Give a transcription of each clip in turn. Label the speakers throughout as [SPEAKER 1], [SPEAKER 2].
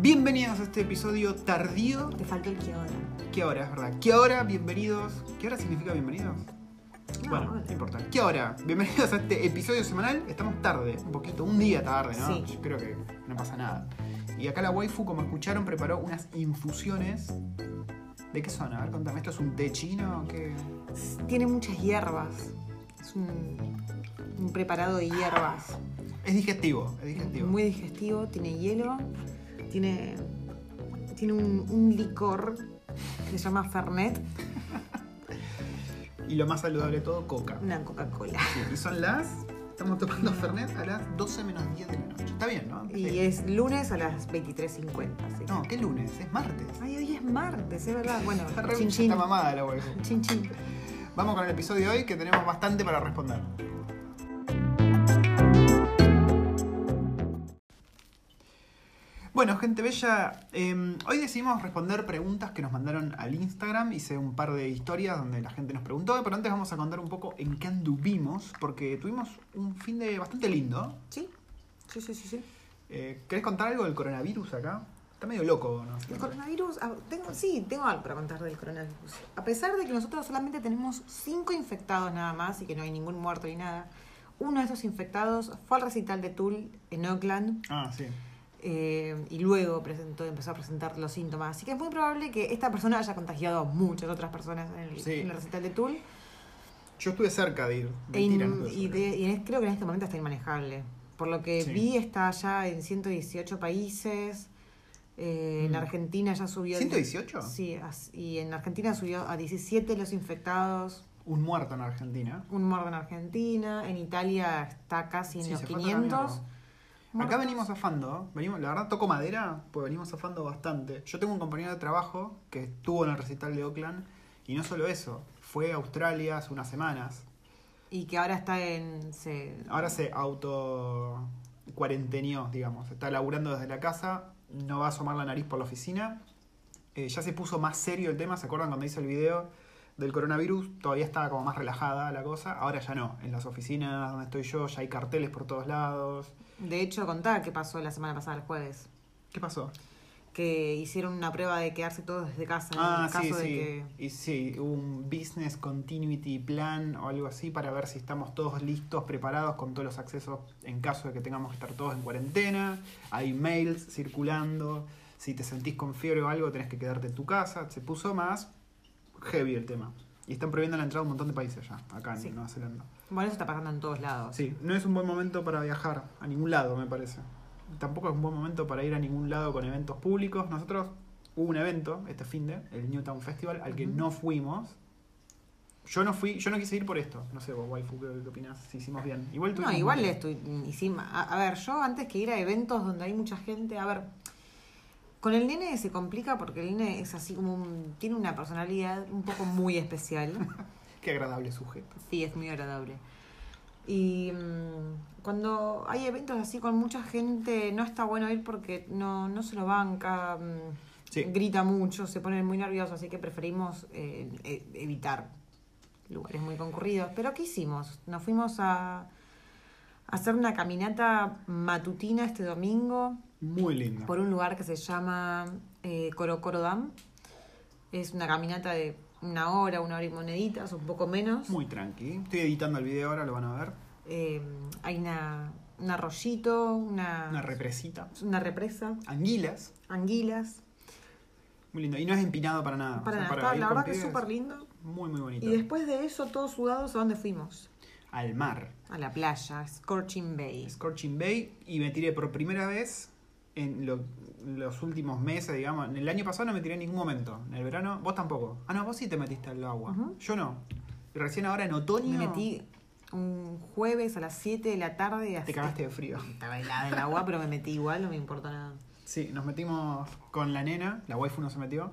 [SPEAKER 1] Bienvenidos a este episodio tardío.
[SPEAKER 2] Te faltó el que ahora.
[SPEAKER 1] ¿Qué hora es verdad? ¿Qué hora? Bienvenidos. ¿Qué hora significa bienvenidos?
[SPEAKER 2] No,
[SPEAKER 1] bueno,
[SPEAKER 2] ahora.
[SPEAKER 1] no importa. ¿Qué hora? Bienvenidos a este episodio semanal. Estamos tarde, un poquito, un día tarde, ¿no?
[SPEAKER 2] Sí.
[SPEAKER 1] Yo creo que no pasa nada. Y acá la waifu, como escucharon, preparó unas infusiones. ¿De qué son? A ver, contame, ¿esto es un té chino? ¿Qué?
[SPEAKER 2] Tiene muchas hierbas. Es un, un preparado de hierbas.
[SPEAKER 1] Es digestivo, es digestivo.
[SPEAKER 2] Muy digestivo, tiene hielo, tiene, tiene un, un licor que se llama Fernet,
[SPEAKER 1] Y lo más saludable de todo, coca.
[SPEAKER 2] una Coca-Cola.
[SPEAKER 1] Sí, Y son las... Estamos tomando Fernet a las 12 menos 10 de la noche. Está bien, ¿no?
[SPEAKER 2] Y
[SPEAKER 1] Sí.
[SPEAKER 2] es lunes a las 23.50. así que-
[SPEAKER 1] No, ¿qué lunes? Es martes.
[SPEAKER 2] Ay, hoy es martes, es verdad. Bueno,
[SPEAKER 1] Está re-
[SPEAKER 2] chin chin.
[SPEAKER 1] está mamada la waifu.
[SPEAKER 2] Chin chin.
[SPEAKER 1] Vamos con el episodio de hoy que tenemos bastante para responder. Bueno, gente bella, eh, hoy decidimos responder preguntas que nos mandaron al Instagram. Hice un par de historias donde la gente nos preguntó, pero antes vamos a contar un poco en qué anduvimos, porque tuvimos un fin de bastante lindo.
[SPEAKER 2] Sí, sí, sí, sí. sí.
[SPEAKER 1] Eh, ¿Querés contar algo del coronavirus acá? Está medio loco, ¿no?
[SPEAKER 2] El coronavirus, ah, tengo, sí, tengo algo para contar del coronavirus. A pesar de que nosotros solamente tenemos cinco infectados nada más y que no hay ningún muerto ni nada, uno de esos infectados fue al recital de Tool en Oakland
[SPEAKER 1] Ah, sí.
[SPEAKER 2] eh, y luego presentó, empezó a presentar los síntomas. Así que es muy probable que esta persona haya contagiado a muchas otras personas en el,
[SPEAKER 1] Sí.
[SPEAKER 2] en el recital de Tool.
[SPEAKER 1] Yo estuve cerca de ir.
[SPEAKER 2] E in-
[SPEAKER 1] Mentira, no estuve
[SPEAKER 2] y
[SPEAKER 1] cerca.
[SPEAKER 2] de- y en- creo que en este momento está inmanejable. Por lo que
[SPEAKER 1] Sí.
[SPEAKER 2] vi, está ya en 118 países. Eh, En
[SPEAKER 1] Mm.
[SPEAKER 2] Argentina ya subió. a
[SPEAKER 1] 118?
[SPEAKER 2] Sí, as- y en Argentina subió a 17 los infectados,
[SPEAKER 1] Un muerto en Argentina.
[SPEAKER 2] un muerto en Argentina, en Italia está casi en
[SPEAKER 1] Sí,
[SPEAKER 2] los
[SPEAKER 1] se fue toda la
[SPEAKER 2] 500.
[SPEAKER 1] mierda. Acá
[SPEAKER 2] muertos.
[SPEAKER 1] venimos zafando, venimos, la verdad toco madera, pues venimos zafando bastante. Yo tengo un compañero de trabajo que estuvo en el recital de Oakland y no solo eso, fue a Australia hace unas semanas.
[SPEAKER 2] Y que ahora está en... se-
[SPEAKER 1] Ahora se auto cuarentenió, digamos, está laburando desde la casa, no va a asomar la nariz por la oficina. Eh, ya se puso más serio el tema, ¿se acuerdan cuando hice el video del coronavirus? Todavía estaba como más relajada la cosa, ahora ya no. En las oficinas donde estoy yo ya hay carteles por todos lados.
[SPEAKER 2] de hecho, contaba qué pasó la semana pasada, el jueves.
[SPEAKER 1] ¿Qué pasó?
[SPEAKER 2] Que hicieron una prueba de quedarse todos desde casa. en
[SPEAKER 1] Ah,
[SPEAKER 2] el
[SPEAKER 1] sí,
[SPEAKER 2] caso de
[SPEAKER 1] sí.
[SPEAKER 2] que...
[SPEAKER 1] Y sí, un business continuity plan o algo así para ver si estamos todos listos, preparados con todos los accesos en caso de que tengamos que estar todos en cuarentena. Hay mails circulando. Si te sentís con fiebre o algo, tenés que quedarte en tu casa. Se puso más heavy el tema. Y están prohibiendo la entrada a un montón de países ya, acá en
[SPEAKER 2] Sí.
[SPEAKER 1] Nueva Zelanda.
[SPEAKER 2] Bueno, eso está pasando en todos lados.
[SPEAKER 1] Sí, no es un buen momento para viajar a ningún lado, me parece. Tampoco es un buen momento para ir a ningún lado con eventos públicos. Nosotros hubo un evento este fin de, el Newtown Festival, al que
[SPEAKER 2] Ujú.
[SPEAKER 1] no fuimos. Yo no fui, yo no quise ir por esto. No sé, vos, Waifu, ¿qué, qué opinás? Si hicimos bien. Igual
[SPEAKER 2] No,
[SPEAKER 1] tuvimos
[SPEAKER 2] igual
[SPEAKER 1] mucho.
[SPEAKER 2] esto. y sí, a, a ver, yo antes que ir a eventos donde hay mucha gente, a ver, con el nene se complica porque el nene es así como un- tiene una personalidad un poco muy especial.
[SPEAKER 1] Qué agradable sujeto.
[SPEAKER 2] Sí, es muy agradable. Y mm, cuando hay eventos así con mucha gente, no está bueno ir porque no, no se lo banca, mm,
[SPEAKER 1] Sí.
[SPEAKER 2] grita mucho, se pone muy nervioso, así que preferimos eh, e- evitar lugares muy concurridos. Pero ¿qué hicimos? Nos fuimos a, a hacer una caminata matutina este domingo
[SPEAKER 1] Muy lindo.
[SPEAKER 2] por un lugar que se llama eh, Coro Coro Dam. Es una caminata de una hora, una hora y moneditas, un poco menos.
[SPEAKER 1] Muy tranqui. Estoy editando el video ahora, lo van a ver.
[SPEAKER 2] Eh, hay una, un arroyito, una,
[SPEAKER 1] Una represita.
[SPEAKER 2] una represa,
[SPEAKER 1] Anguilas.
[SPEAKER 2] anguilas.
[SPEAKER 1] Muy lindo. Y no es empinado para nada. Ah,
[SPEAKER 2] Para
[SPEAKER 1] O sea,
[SPEAKER 2] nada, está-
[SPEAKER 1] ir
[SPEAKER 2] la
[SPEAKER 1] con
[SPEAKER 2] verdad que es
[SPEAKER 1] pibes.
[SPEAKER 2] súper lindo.
[SPEAKER 1] Muy, muy bonito.
[SPEAKER 2] Y después de eso, todos sudados, ¿a dónde fuimos?
[SPEAKER 1] Al mar.
[SPEAKER 2] A la playa, a Scorching Bay.
[SPEAKER 1] Scorching Bay y me tiré por primera vez en lo- los últimos meses, digamos. En el año pasado no me tiré en ningún momento. En el verano, vos tampoco. Ah, no, vos sí te metiste al agua.
[SPEAKER 2] Ujú.
[SPEAKER 1] Yo no. Y recién ahora en otoño
[SPEAKER 2] Me metí un jueves a las 7 de la tarde.
[SPEAKER 1] te
[SPEAKER 2] así-
[SPEAKER 1] cagaste de frío.
[SPEAKER 2] Estaba helada el agua, pero me metí igual, no me importa nada.
[SPEAKER 1] Sí, nos metimos con la nena. La waifu no se metió.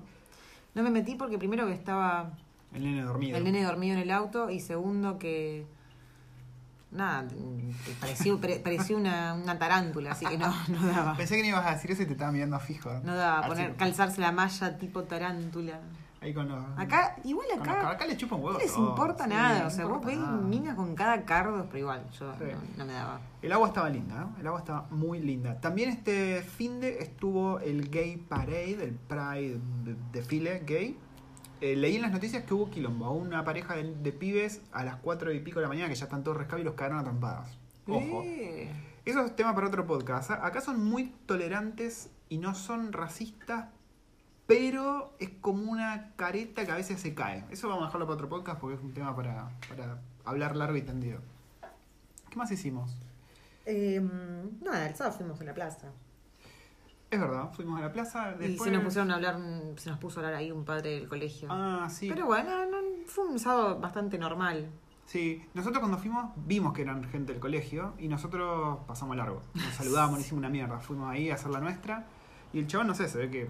[SPEAKER 2] No me metí porque primero que estaba
[SPEAKER 1] El nene dormido.
[SPEAKER 2] El nene dormido en el auto y segundo que... Nada, pareció, pare- pareció una, una tarántula, así que no, no daba.
[SPEAKER 1] Pensé que no ibas a decir eso y te estaba mirando fijo.
[SPEAKER 2] No daba,
[SPEAKER 1] Así
[SPEAKER 2] poner,
[SPEAKER 1] que-
[SPEAKER 2] calzarse la malla tipo tarántula.
[SPEAKER 1] Ahí con los.
[SPEAKER 2] Acá, igual
[SPEAKER 1] con los car-
[SPEAKER 2] acá,
[SPEAKER 1] acá les chupan
[SPEAKER 2] no
[SPEAKER 1] huevos.
[SPEAKER 2] les Oh, importa nada. o sea, vos ves
[SPEAKER 1] mina
[SPEAKER 2] minas con cada cardo, pero igual, yo
[SPEAKER 1] Sí.
[SPEAKER 2] no, no me daba.
[SPEAKER 1] El agua estaba linda, ¿no? El agua estaba muy linda. También este fin de estuvo el Gay Parade, el Pride de- desfile gay. Eh, leí en las noticias que hubo quilombo. Una pareja de, de pibes a las 4 y pico de la mañana que ya están todos rescados y los cagaron a trompadas. Ojo.
[SPEAKER 2] Eh.
[SPEAKER 1] Eso es tema para otro podcast. ¿ah? Acá son muy tolerantes y no son racistas, pero es como una careta que a veces se cae. Eso vamos a dejarlo para otro podcast porque es un tema para, para hablar largo y tendido. ¿Qué más hicimos?
[SPEAKER 2] Eh, nada, el sábado fuimos a la plaza.
[SPEAKER 1] Es verdad, fuimos a la plaza.
[SPEAKER 2] Y
[SPEAKER 1] Después...
[SPEAKER 2] se nos pusieron a hablar, un- se nos puso a hablar ahí un padre del colegio.
[SPEAKER 1] Ah, sí.
[SPEAKER 2] Pero bueno, no- fue un sábado bastante normal.
[SPEAKER 1] Sí, nosotros cuando fuimos vimos que eran gente del colegio y nosotros pasamos largo. Nos saludamos, le hicimos una mierda. Fuimos ahí a hacer la nuestra y el chabón, no sé, se ve que.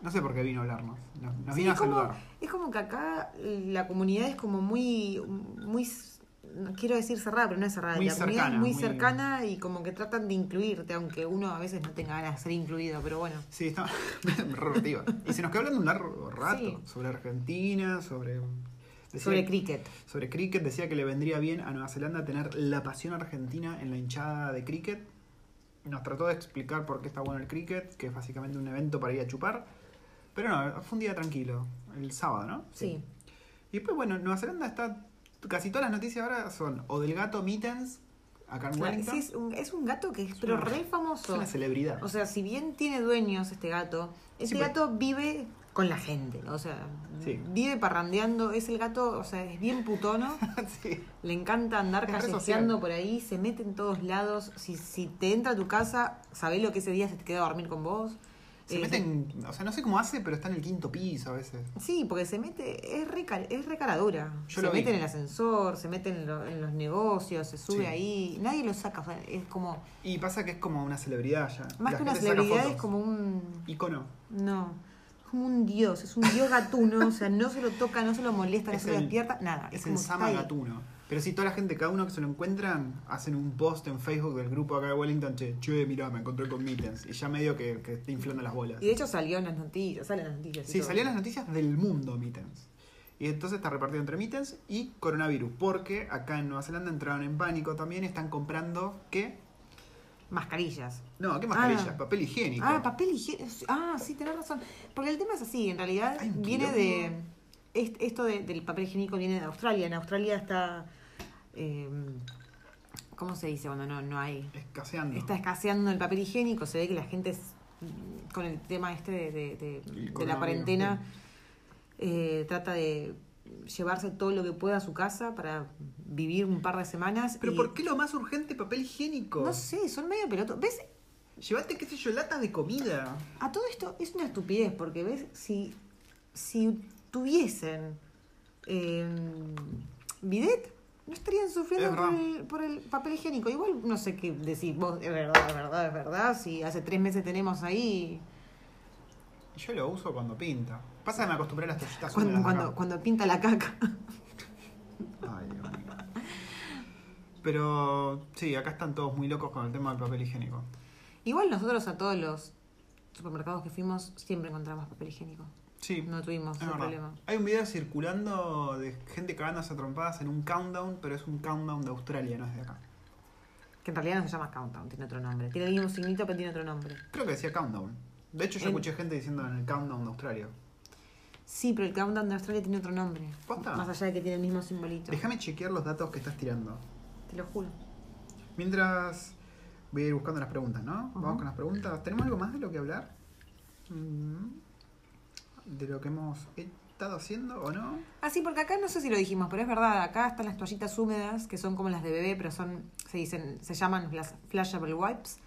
[SPEAKER 1] No sé por qué vino a hablarnos. Nos, nos
[SPEAKER 2] Sí,
[SPEAKER 1] vino a
[SPEAKER 2] es como-
[SPEAKER 1] saludar.
[SPEAKER 2] Es como que acá la comunidad es como muy, muy s- no quiero decir cerrada, pero no es cerrada.
[SPEAKER 1] Muy
[SPEAKER 2] la comunidad
[SPEAKER 1] cercana,
[SPEAKER 2] es muy,
[SPEAKER 1] muy-
[SPEAKER 2] cercana y como que tratan de incluirte, aunque uno a veces no tenga ganas de ser incluido, pero bueno.
[SPEAKER 1] Sí, está revertiva. Y se nos quedó hablando un largo rato
[SPEAKER 2] Sí.
[SPEAKER 1] sobre Argentina, sobre. decía-
[SPEAKER 2] Sobre cricket.
[SPEAKER 1] sobre cricket, decía que le vendría bien a Nueva Zelanda tener la pasión argentina en la hinchada de cricket. Nos trató de explicar por qué está bueno el cricket, que es básicamente un evento para ir a chupar. Pero no, fue un día tranquilo, el sábado, ¿no?
[SPEAKER 2] Sí.
[SPEAKER 1] Y pues bueno, Nueva Zelanda está. Casi todas las noticias ahora son o del gato Mittens, acá en
[SPEAKER 2] Claro,
[SPEAKER 1] Wellington.
[SPEAKER 2] Ah, sí, es, un, es un gato que es, pero
[SPEAKER 1] una-
[SPEAKER 2] re
[SPEAKER 1] Es
[SPEAKER 2] famoso.
[SPEAKER 1] una celebridad.
[SPEAKER 2] O sea, si bien tiene dueños este gato, este
[SPEAKER 1] Sí, pero-
[SPEAKER 2] gato vive con la gente, ¿no? o sea,
[SPEAKER 1] Sí.
[SPEAKER 2] vive parrandeando, es el gato, o sea, es bien putono,
[SPEAKER 1] sí.
[SPEAKER 2] le encanta andar
[SPEAKER 1] Es re
[SPEAKER 2] callejeando por ahí, se mete en todos lados, si, si te entra a tu casa, sabés lo que ese día se te queda a dormir con vos.
[SPEAKER 1] Se
[SPEAKER 2] Eh,
[SPEAKER 1] meten. O sea, no sé cómo hace, pero está en el quinto piso a veces.
[SPEAKER 2] Sí, porque se mete, es re, cal- es re cara dura.
[SPEAKER 1] Yo
[SPEAKER 2] se
[SPEAKER 1] lo vi.
[SPEAKER 2] mete en el ascensor, se mete en, lo- en los negocios, se sube
[SPEAKER 1] Sí.
[SPEAKER 2] ahí, nadie lo saca, o sea, es como,
[SPEAKER 1] Y pasa que es como una celebridad ya.
[SPEAKER 2] más
[SPEAKER 1] La
[SPEAKER 2] que una
[SPEAKER 1] gente saca
[SPEAKER 2] celebridad, es
[SPEAKER 1] fotos.
[SPEAKER 2] como un...
[SPEAKER 1] Icono.
[SPEAKER 2] No. Es como un dios, es un dios gatuno, o sea, no se lo toca, no se lo molesta, no
[SPEAKER 1] Es
[SPEAKER 2] se lo
[SPEAKER 1] el-
[SPEAKER 2] despierta, nada.
[SPEAKER 1] Es
[SPEAKER 2] como
[SPEAKER 1] el
[SPEAKER 2] que
[SPEAKER 1] Sama
[SPEAKER 2] está ahí.
[SPEAKER 1] Gatuno. Pero si toda la gente, cada uno que se lo encuentran, hacen un post en Facebook del grupo acá de Wellington, che, che, mirá, me encontré con Mittens. Y ya medio que, que te inflan las bolas.
[SPEAKER 2] Y de hecho salió en las noticias, salen las noticias. y
[SPEAKER 1] Sí,
[SPEAKER 2] todo.
[SPEAKER 1] salían las noticias del mundo Mittens. Y entonces está repartido entre Mittens y coronavirus. Porque acá en Nueva Zelanda entraron en pánico también, están comprando, ¿qué?
[SPEAKER 2] Mascarillas.
[SPEAKER 1] No, ¿qué mascarillas?
[SPEAKER 2] Ah.
[SPEAKER 1] Papel higiénico.
[SPEAKER 2] Ah, papel higiénico. Ah, sí, tenés razón. Porque el tema es así, en realidad
[SPEAKER 1] Hay un
[SPEAKER 2] viene de...
[SPEAKER 1] quilombo.
[SPEAKER 2] est- Esto de- del papel higiénico viene de Australia. En Australia está... eh, ¿Cómo se dice cuando no, no hay?
[SPEAKER 1] Escaseando.
[SPEAKER 2] Está escaseando el papel higiénico, se ve que la gente es- con el tema este de, de- de-
[SPEAKER 1] El
[SPEAKER 2] de la
[SPEAKER 1] coronavirus,
[SPEAKER 2] cuarentena eh, trata de llevarse todo lo que pueda a su casa para vivir un par de semanas.
[SPEAKER 1] Pero
[SPEAKER 2] y-
[SPEAKER 1] ¿por qué lo más urgente papel higiénico?
[SPEAKER 2] No sé, son medio pelotos. ¿Ves?
[SPEAKER 1] Llevate, qué sé yo, latas de comida.
[SPEAKER 2] A todo esto es una estupidez, porque ves, si, si tuviesen eh, bidet, no estarían sufriendo
[SPEAKER 1] Es
[SPEAKER 2] por
[SPEAKER 1] verdad.
[SPEAKER 2] el, por el papel higiénico. Igual no sé qué decir, vos, es verdad, es verdad, es verdad, si hace tres meses tenemos ahí...
[SPEAKER 1] Yo lo uso cuando pinta. Pasa que me acostumbré a las toallitas
[SPEAKER 2] Cuando,
[SPEAKER 1] húmedas de
[SPEAKER 2] cuando,
[SPEAKER 1] acá.
[SPEAKER 2] cuando pinta la caca.
[SPEAKER 1] Ay, Dios mío. Pero sí, acá están todos muy locos con el tema del papel higiénico.
[SPEAKER 2] Igual nosotros a todos los supermercados que fuimos siempre encontramos papel higiénico.
[SPEAKER 1] Sí,
[SPEAKER 2] No tuvimos
[SPEAKER 1] es
[SPEAKER 2] ese
[SPEAKER 1] verdad.
[SPEAKER 2] problema.
[SPEAKER 1] Hay un video circulando de gente cagándose a trompadas en un countdown, pero es un countdown de Australia, no es de acá.
[SPEAKER 2] Que en realidad no se llama Countdown, tiene otro nombre. Tiene el mismo signito, pero tiene otro nombre.
[SPEAKER 1] Creo que decía countdown. De hecho, yo
[SPEAKER 2] En-
[SPEAKER 1] escuché gente diciendo en el countdown de Australia.
[SPEAKER 2] Sí, pero el Countdown de Australia tiene otro nombre.
[SPEAKER 1] ¿Posta?
[SPEAKER 2] Más allá de que tiene el mismo simbolito.
[SPEAKER 1] Déjame chequear los datos que estás tirando.
[SPEAKER 2] Te lo juro.
[SPEAKER 1] Mientras voy a ir buscando las preguntas, ¿no?
[SPEAKER 2] Ujú.
[SPEAKER 1] Vamos con las preguntas. ¿Tenemos algo más de lo que hablar? Mm, ¿De lo que hemos estado haciendo o no?
[SPEAKER 2] Ah, sí, porque acá no sé si lo dijimos, pero es verdad, acá están las toallitas húmedas, que son como las de bebé, pero son, se dicen, se llaman las flashable wipes,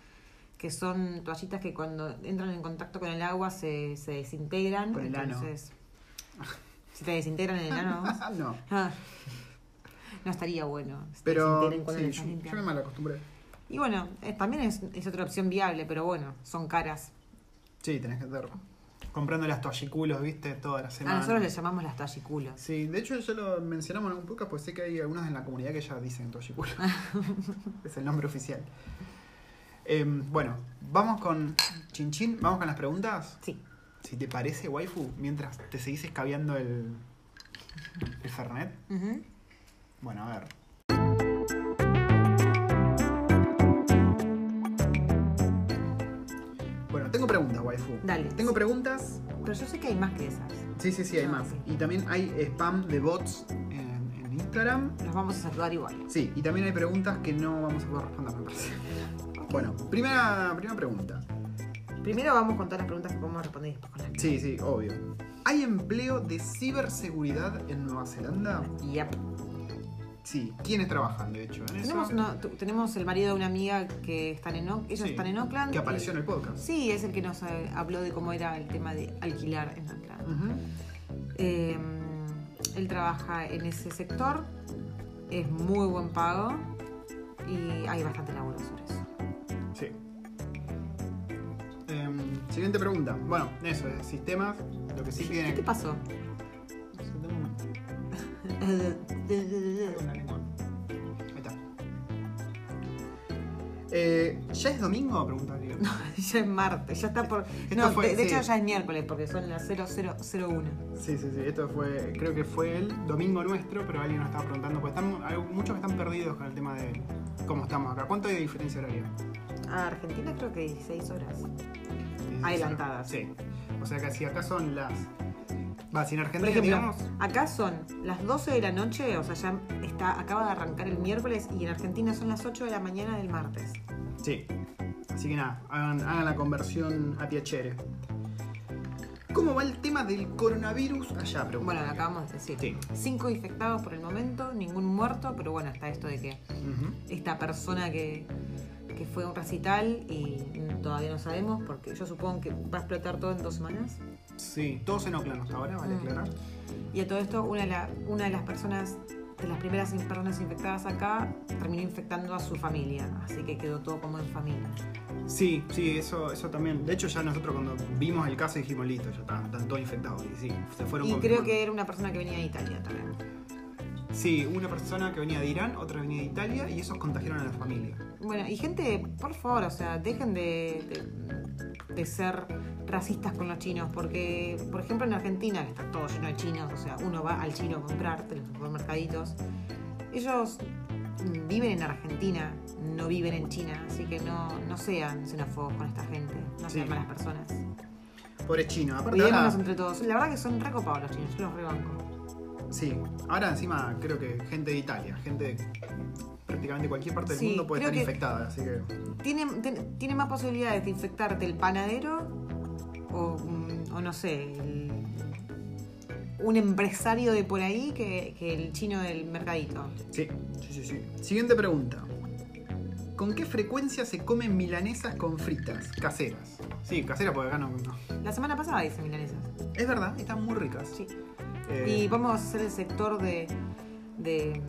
[SPEAKER 2] que son toallitas que cuando entran en contacto con el agua se, se desintegran.
[SPEAKER 1] Con el ano.
[SPEAKER 2] entonces, Si te desintegran en el ano. vos.
[SPEAKER 1] no.
[SPEAKER 2] Ah. No estaría bueno. si te
[SPEAKER 1] Pero
[SPEAKER 2] desintegran cuando
[SPEAKER 1] sí,
[SPEAKER 2] lo
[SPEAKER 1] yo,
[SPEAKER 2] estás
[SPEAKER 1] yo me
[SPEAKER 2] limpiando.
[SPEAKER 1] mal acostumbré.
[SPEAKER 2] Y bueno, eh, también es, es otra opción viable, pero bueno, son caras.
[SPEAKER 1] Sí, tenés que estar comprando las toalliculos, viste, todas las
[SPEAKER 2] A
[SPEAKER 1] semanas.
[SPEAKER 2] Ah, nosotros les llamamos las talliculas.
[SPEAKER 1] Sí, de hecho ya lo mencionamos en algún podcast, pues sé que hay algunos en la comunidad que ya dicen toalliculos. es el nombre oficial. Em, bueno, vamos con Chinchín, vamos con las preguntas.
[SPEAKER 2] Sí.
[SPEAKER 1] Si te parece, waifu, mientras te seguís escabeando el, el Fernet.
[SPEAKER 2] Ujú.
[SPEAKER 1] Bueno, a ver. Bueno, tengo preguntas, waifu.
[SPEAKER 2] Dale.
[SPEAKER 1] Tengo preguntas.
[SPEAKER 2] Pero yo sé que hay más que esas.
[SPEAKER 1] Sí, sí, sí, hay
[SPEAKER 2] Ah,
[SPEAKER 1] más.
[SPEAKER 2] ok.
[SPEAKER 1] Y también hay spam de bots en, en Instagram.
[SPEAKER 2] Los vamos a saludar igual.
[SPEAKER 1] Sí, y también hay preguntas que no vamos a poder responder, me parece. Bueno, primera, primera pregunta.
[SPEAKER 2] Primero vamos con todas las preguntas que podemos responder y después con las
[SPEAKER 1] Sí, sí, obvio. ¿Hay empleo de ciberseguridad en Nueva Zelanda?
[SPEAKER 2] Yep.
[SPEAKER 1] Sí. ¿Quiénes trabajan, de hecho, en eso?
[SPEAKER 2] pues. Tenemos, una- tu- tenemos el marido de una amiga que están en Oc- ellos
[SPEAKER 1] Sí,
[SPEAKER 2] están en Oakland.
[SPEAKER 1] Que apareció en
[SPEAKER 2] y-
[SPEAKER 1] el podcast.
[SPEAKER 2] Sí, es el que nos eh, habló de cómo era el tema de alquilar en Oakland.
[SPEAKER 1] Ujú.
[SPEAKER 2] Eh, él trabaja en ese sector, es muy buen pago y hay bastante laburo sobre eso.
[SPEAKER 1] Sí. Em, siguiente pregunta. Bueno, eso, es sistemas. Lo que sí
[SPEAKER 2] ¿Qué te
[SPEAKER 1] piden.
[SPEAKER 2] pasó?
[SPEAKER 1] Tengo una lengua. Ahí está. Eh, ¿Ya es domingo? Pregunta Leo.
[SPEAKER 2] ya es martes, ya está por...
[SPEAKER 1] Esto
[SPEAKER 2] No,
[SPEAKER 1] fue-
[SPEAKER 2] de, de
[SPEAKER 1] sí.
[SPEAKER 2] hecho ya es miércoles porque son las 0001.
[SPEAKER 1] Sí, sí, sí. Esto fue. Creo que fue el domingo nuestro, pero alguien nos estaba preguntando. Porque están, hay muchos que están perdidos con el tema de cómo estamos acá. ¿Cuánto hay de diferencia horaria? Ah,
[SPEAKER 2] A Argentina creo que 16 horas. Adelantadas.
[SPEAKER 1] Sí. O sea que si acá son las. Va, si en
[SPEAKER 2] Por
[SPEAKER 1] Argentina,
[SPEAKER 2] ejemplo,
[SPEAKER 1] digamos.
[SPEAKER 2] acá son las 12 de la noche, o sea, ya está, acaba de arrancar el miércoles y en Argentina son las 8 de la mañana del martes.
[SPEAKER 1] Sí. Así que nada, hagan, hagan la conversión a Piacere. ¿Cómo va el tema del coronavirus allá? Pregunta.
[SPEAKER 2] Bueno, lo acabamos de decir.
[SPEAKER 1] Sí.
[SPEAKER 2] Cinco infectados por el momento, ningún muerto, pero bueno, está esto de que
[SPEAKER 1] Ujú.
[SPEAKER 2] esta persona que, que fue a un recital y todavía no sabemos, porque yo supongo que va a explotar todo en dos semanas.
[SPEAKER 1] Sí, todos en Oakland hasta ahora, vale
[SPEAKER 2] Mm.
[SPEAKER 1] aclarar.
[SPEAKER 2] Y a todo esto, una de, la- una de las personas, de las primeras in- personas infectadas acá, terminó infectando a su familia, así que quedó todo como en familia.
[SPEAKER 1] Sí, sí, eso, eso también. De hecho, ya nosotros cuando vimos el caso dijimos, listo, ya están, están todos infectados. Y sí, se fueron
[SPEAKER 2] Y creo
[SPEAKER 1] confirmando.
[SPEAKER 2] que era una persona que venía de Italia también.
[SPEAKER 1] Sí, una persona que venía de Irán, otra venía de Italia y esos contagiaron a la familia.
[SPEAKER 2] Bueno, y gente, por favor, o sea, dejen de, de- de ser racistas con los chinos, porque, por ejemplo, en Argentina, que está todo lleno de chinos, o sea, uno va al chino a comprar de los supermercaditos, ellos mm, viven en Argentina, no viven en China, así que no, no sean xenófobos con esta gente, no
[SPEAKER 1] Sí.
[SPEAKER 2] sean malas personas.
[SPEAKER 1] Pobre chino, aparte ahora-
[SPEAKER 2] Cuidémonos entre todos. La verdad que son recopados los chinos, yo los rebanco.
[SPEAKER 1] Sí, ahora encima creo que gente de Italia, gente de prácticamente cualquier parte del
[SPEAKER 2] Sí,
[SPEAKER 1] mundo puede
[SPEAKER 2] creo
[SPEAKER 1] estar
[SPEAKER 2] que-
[SPEAKER 1] infectada, así que...
[SPEAKER 2] Tienen, ten- tienen más posibilidades de infectarte el panadero o, mm, o no sé, el- un empresario de por ahí que, que el chino del mercadito.
[SPEAKER 1] Sí, sí, sí, sí. Siguiente pregunta. ¿Con qué frecuencia se comen milanesas con fritas caseras? Sí, caseras porque acá no. no.
[SPEAKER 2] La semana pasada hice milanesas.
[SPEAKER 1] Es verdad, están muy ricas.
[SPEAKER 2] Sí.
[SPEAKER 1] Eh,
[SPEAKER 2] Y vamos a hacer el sector de. de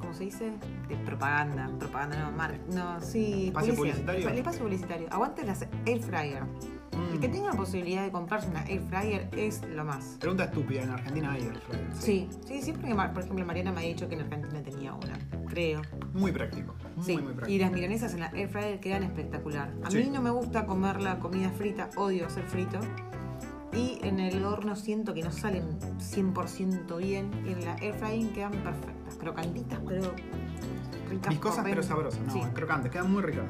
[SPEAKER 2] ¿Cómo se dice? De propaganda. Propaganda, no, mar, no sí.
[SPEAKER 1] ¿Espacio
[SPEAKER 2] publicidad.
[SPEAKER 1] publicitario?
[SPEAKER 2] El espacio publicitario. Aguante las air fryer.
[SPEAKER 1] mm,
[SPEAKER 2] El que tenga la posibilidad de comprarse una air fryer es lo más.
[SPEAKER 1] Pregunta estúpida, en Argentina hay air fryer, sí.
[SPEAKER 2] Sí, sí, siempre que, Mar- por ejemplo, Mariana me ha dicho que en Argentina tenía una, creo.
[SPEAKER 1] Muy práctico, muy,
[SPEAKER 2] sí,
[SPEAKER 1] muy
[SPEAKER 2] y
[SPEAKER 1] práctico.
[SPEAKER 2] las milanesas en la air fryer quedan espectacular. A
[SPEAKER 1] Sí.
[SPEAKER 2] mí no me gusta comer la comida frita, odio hacer frito. Y en el horno siento que no salen 100% bien. Y en la air fryer quedan perfectas, crocantitas, pero ricas.
[SPEAKER 1] Mis cosas pero
[SPEAKER 2] corrientes.
[SPEAKER 1] sabrosas, no,
[SPEAKER 2] Sí.
[SPEAKER 1] crocantes, quedan muy ricas.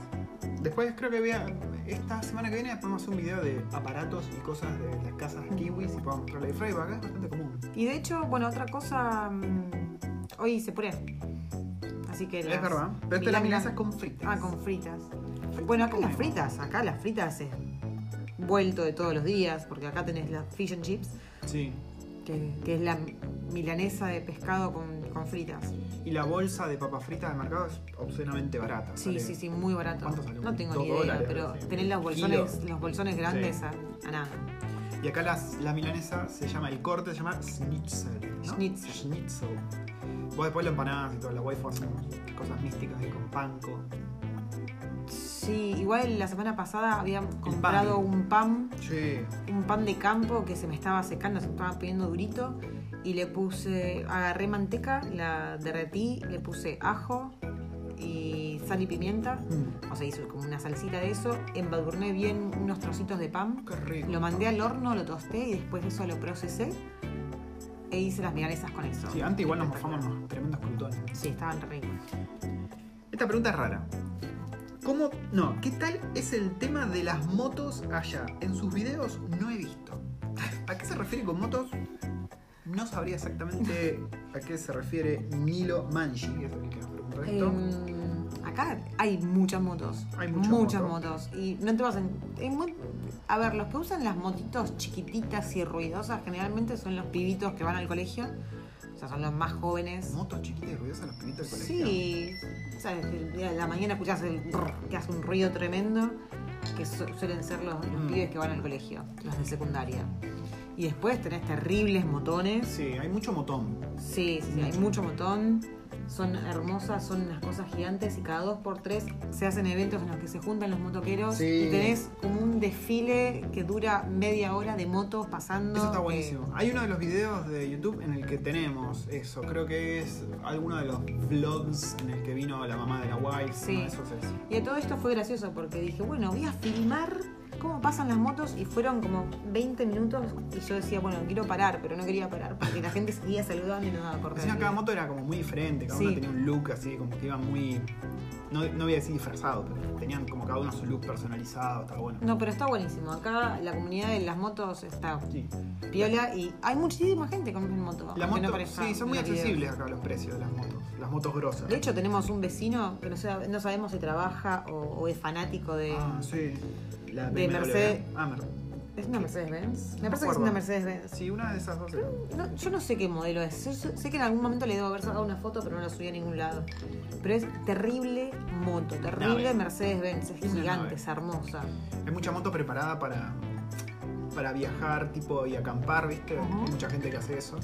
[SPEAKER 1] Después creo que voy a- esta semana que viene podemos hacer un video de aparatos y cosas de las casas kiwis y podemos mostrarle air fryer, porque acá es bastante común.
[SPEAKER 2] Y de hecho, bueno, otra cosa, mm, hoy se puré. Así que las
[SPEAKER 1] Es verdad, pero esta es la
[SPEAKER 2] milanesas-
[SPEAKER 1] milanesa con fritas.
[SPEAKER 2] Ah, con fritas. Bueno, acá las fritas, acá las fritas es vuelto de todos los días, porque acá tenés la fish and chips,
[SPEAKER 1] Sí.
[SPEAKER 2] que, que es la milanesa de pescado con, con fritas.
[SPEAKER 1] Y la bolsa de papas fritas de mercado es obscenamente barata.
[SPEAKER 2] Sí,
[SPEAKER 1] sale-
[SPEAKER 2] sí, sí, muy barato.
[SPEAKER 1] ¿Cuánto sale?
[SPEAKER 2] No tengo
[SPEAKER 1] Dos
[SPEAKER 2] ni idea,
[SPEAKER 1] dólares,
[SPEAKER 2] pero
[SPEAKER 1] sí.
[SPEAKER 2] tenés los bolsones, los bolsones grandes
[SPEAKER 1] Sí.
[SPEAKER 2] a, a nada.
[SPEAKER 1] Y acá las, la milanesa se llama, el corte se llama schnitzel. ¿no?
[SPEAKER 2] Schnitzel.
[SPEAKER 1] Schnitzel. Vos después lo empanadas y toda la waifu hacen cosas místicas y con panco.
[SPEAKER 2] Sí, igual la semana pasada había
[SPEAKER 1] pan.
[SPEAKER 2] comprado un pan
[SPEAKER 1] Sí.
[SPEAKER 2] un pan de campo que se me estaba secando, se me estaba poniendo durito. Y le puse, agarré manteca, la derretí, le puse ajo y y sal y pimienta.
[SPEAKER 1] Mm.
[SPEAKER 2] O sea, hice como una salsita de eso. Embadurné bien unos trocitos de pan.
[SPEAKER 1] Qué rico.
[SPEAKER 2] Lo mandé al horno, lo tosté y después de eso lo procesé. E hice las milanesas con eso.
[SPEAKER 1] Sí, antes igual nos mofamos unos tremendos crutones.
[SPEAKER 2] Sí, estaban re ricos.
[SPEAKER 1] Esta pregunta es rara. ¿Cómo? No, ¿qué tal es el tema de las motos allá? En sus videos no he visto. ¿A qué se refiere con motos? No sabría exactamente a qué se refiere Nilo Manji, que es el que nos preguntó esto.
[SPEAKER 2] Em, acá hay muchas motos.
[SPEAKER 1] Hay muchas motos.
[SPEAKER 2] motos. Y no te vas a. en- en mu- a ver, los que usan las motitos chiquititas y ruidosas generalmente son los pibitos que van al colegio. O sea, son los más jóvenes.
[SPEAKER 1] ¿Motos chiquitas y ruidosas los pibitos del colegio?
[SPEAKER 2] Sí. O sea, desde el día de la mañana escuchás el brr, que hace un ruido tremendo. Que su- suelen ser los, los
[SPEAKER 1] Mm.
[SPEAKER 2] pibes que van al colegio, los de secundaria. Y después tenés terribles motones.
[SPEAKER 1] Sí, hay mucho motón.
[SPEAKER 2] Sí, sí, sí, hay
[SPEAKER 1] Mm.
[SPEAKER 2] mucho montón. Son hermosas, son unas cosas gigantes y cada dos por tres se hacen eventos en los que se juntan los motoqueros
[SPEAKER 1] Sí.
[SPEAKER 2] y tenés como un desfile que dura media hora de motos pasando.
[SPEAKER 1] Eso está
[SPEAKER 2] que-
[SPEAKER 1] buenísimo. Hay uno de los videos de YouTube en el que tenemos eso. Creo que es alguno de los vlogs en el que vino la mamá de la wife.
[SPEAKER 2] Sí.
[SPEAKER 1] uno de esos es.
[SPEAKER 2] Y a todo esto fue gracioso porque dije, bueno, voy a filmar cómo pasan las motos y fueron como 20 minutos y yo decía, bueno, quiero parar, pero no quería parar porque la gente seguía saludando y no daba por
[SPEAKER 1] Encima
[SPEAKER 2] terminar.
[SPEAKER 1] cada moto era como muy diferente, cada uno
[SPEAKER 2] Sí.
[SPEAKER 1] tenía un look así, como que iban muy. No, no voy a decir disfrazado, pero tenían como cada uno su look personalizado, estaba bueno.
[SPEAKER 2] No, pero está buenísimo. Acá la comunidad de las motos está
[SPEAKER 1] Sí.
[SPEAKER 2] Piola y hay muchísima gente con moto.
[SPEAKER 1] La
[SPEAKER 2] aunque
[SPEAKER 1] moto,
[SPEAKER 2] no parezca
[SPEAKER 1] sí, son muy
[SPEAKER 2] en los
[SPEAKER 1] accesibles
[SPEAKER 2] videos.
[SPEAKER 1] acá los precios de las motos, las motos grosas.
[SPEAKER 2] De hecho, tenemos un vecino que no, sabe- no sabemos si trabaja o, o es fanático de.
[SPEAKER 1] ah, sí. La
[SPEAKER 2] de
[SPEAKER 1] BMW.
[SPEAKER 2] Mercedes.
[SPEAKER 1] Ah, Mer-
[SPEAKER 2] ¿Es una Mercedes-Benz?
[SPEAKER 1] No
[SPEAKER 2] Me parece que es
[SPEAKER 1] acuerdo.
[SPEAKER 2] una Mercedes-Benz.
[SPEAKER 1] Sí, una de esas dos. era.
[SPEAKER 2] No, yo no sé qué modelo es. Yo sé sé que en algún momento le debo haber sacado una foto, pero no la subí a ningún lado. Pero es terrible moto,
[SPEAKER 1] Nave.
[SPEAKER 2] terrible Mercedes-Benz. Es
[SPEAKER 1] Una nave.
[SPEAKER 2] gigante, es hermosa.
[SPEAKER 1] Hay mucha moto preparada para, para viajar tipo y acampar, ¿viste?
[SPEAKER 2] Ujú.
[SPEAKER 1] Hay mucha gente que hace eso.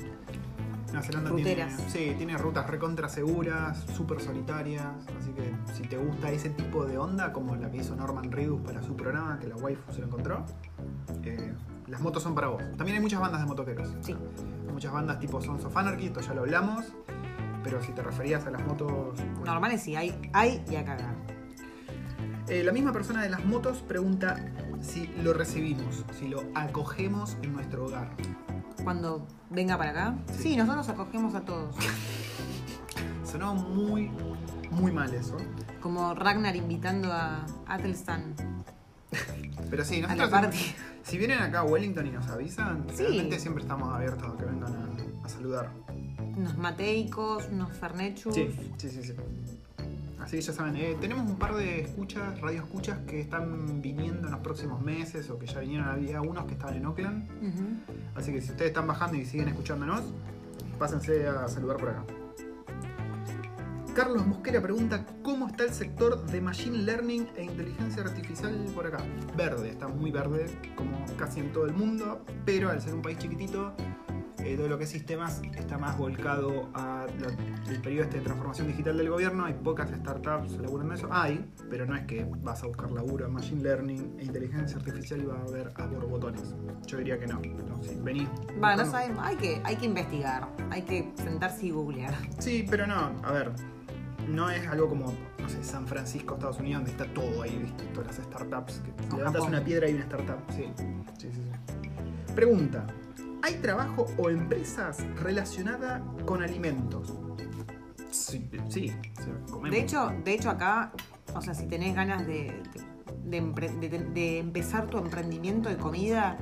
[SPEAKER 1] Nueva Zelanda tiene,
[SPEAKER 2] Ruteras.
[SPEAKER 1] sí, tiene rutas recontra seguras, súper solitarias, así que si te gusta ese tipo de onda, como la que hizo Norman Reedus para su programa, que la waifu se lo encontró, eh, las motos son para vos. También hay muchas bandas de motoqueros.
[SPEAKER 2] Sí.
[SPEAKER 1] Muchas bandas tipo Sons of Anarchy, esto ya lo hablamos, pero si te referías a las motos
[SPEAKER 2] Normales sí, hay, hay y a cagar.
[SPEAKER 1] eh, la misma persona de las motos pregunta si lo recibimos, si lo acogemos en nuestro hogar.
[SPEAKER 2] Cuando venga para acá.
[SPEAKER 1] Sí.
[SPEAKER 2] Sí, nosotros acogemos a todos.
[SPEAKER 1] Sonó muy, muy mal eso.
[SPEAKER 2] Como Ragnar invitando a Atelstan
[SPEAKER 1] Pero sí,
[SPEAKER 2] a la
[SPEAKER 1] nosotros.
[SPEAKER 2] party.
[SPEAKER 1] Si vienen acá a Wellington y nos avisan,
[SPEAKER 2] Sí.
[SPEAKER 1] realmente siempre estamos abiertos a que vengan a, a saludar.
[SPEAKER 2] Unos mateicos, unos fernechus.
[SPEAKER 1] Sí, sí, sí, sí. Así que ya saben, eh, tenemos un par de escuchas, radio escuchas que están viniendo en los próximos meses o que ya vinieron, había unos que estaban en Oakland.
[SPEAKER 2] Ujú.
[SPEAKER 1] Así que si ustedes están bajando y siguen escuchándonos, pásense a saludar por acá. Carlos Mosquera pregunta cómo está el sector de Machine Learning e inteligencia artificial por acá. Verde, está muy verde, como casi en todo el mundo, pero al ser un país chiquitito, eh, todo lo que es sistemas está más volcado al periodo este de transformación digital del gobierno. Hay pocas startups laburando eso. Hay, pero no es que vas a buscar laburo en Machine Learning e inteligencia artificial y va a haber a borbotones. Yo diría que no. no sí, vení.
[SPEAKER 2] Va, no
[SPEAKER 1] buscando.
[SPEAKER 2] sabemos. Hay que, hay que investigar. Hay que sentarse y googlear.
[SPEAKER 1] Sí, pero no, a ver, no es algo como, no sé, San Francisco, Estados Unidos, donde está todo ahí, ¿viste? todas las startups. Que
[SPEAKER 2] O
[SPEAKER 1] levantas
[SPEAKER 2] Japón.
[SPEAKER 1] una piedra y hay una startup. Sí. sí, sí, sí. Pregunta: ¿hay trabajo o empresas relacionadas con alimentos? Sí, sí, o sea, comemos.
[SPEAKER 2] De hecho, de hecho acá, o sea, si tenés ganas de, de, de empre- de- de empezar tu emprendimiento de comida,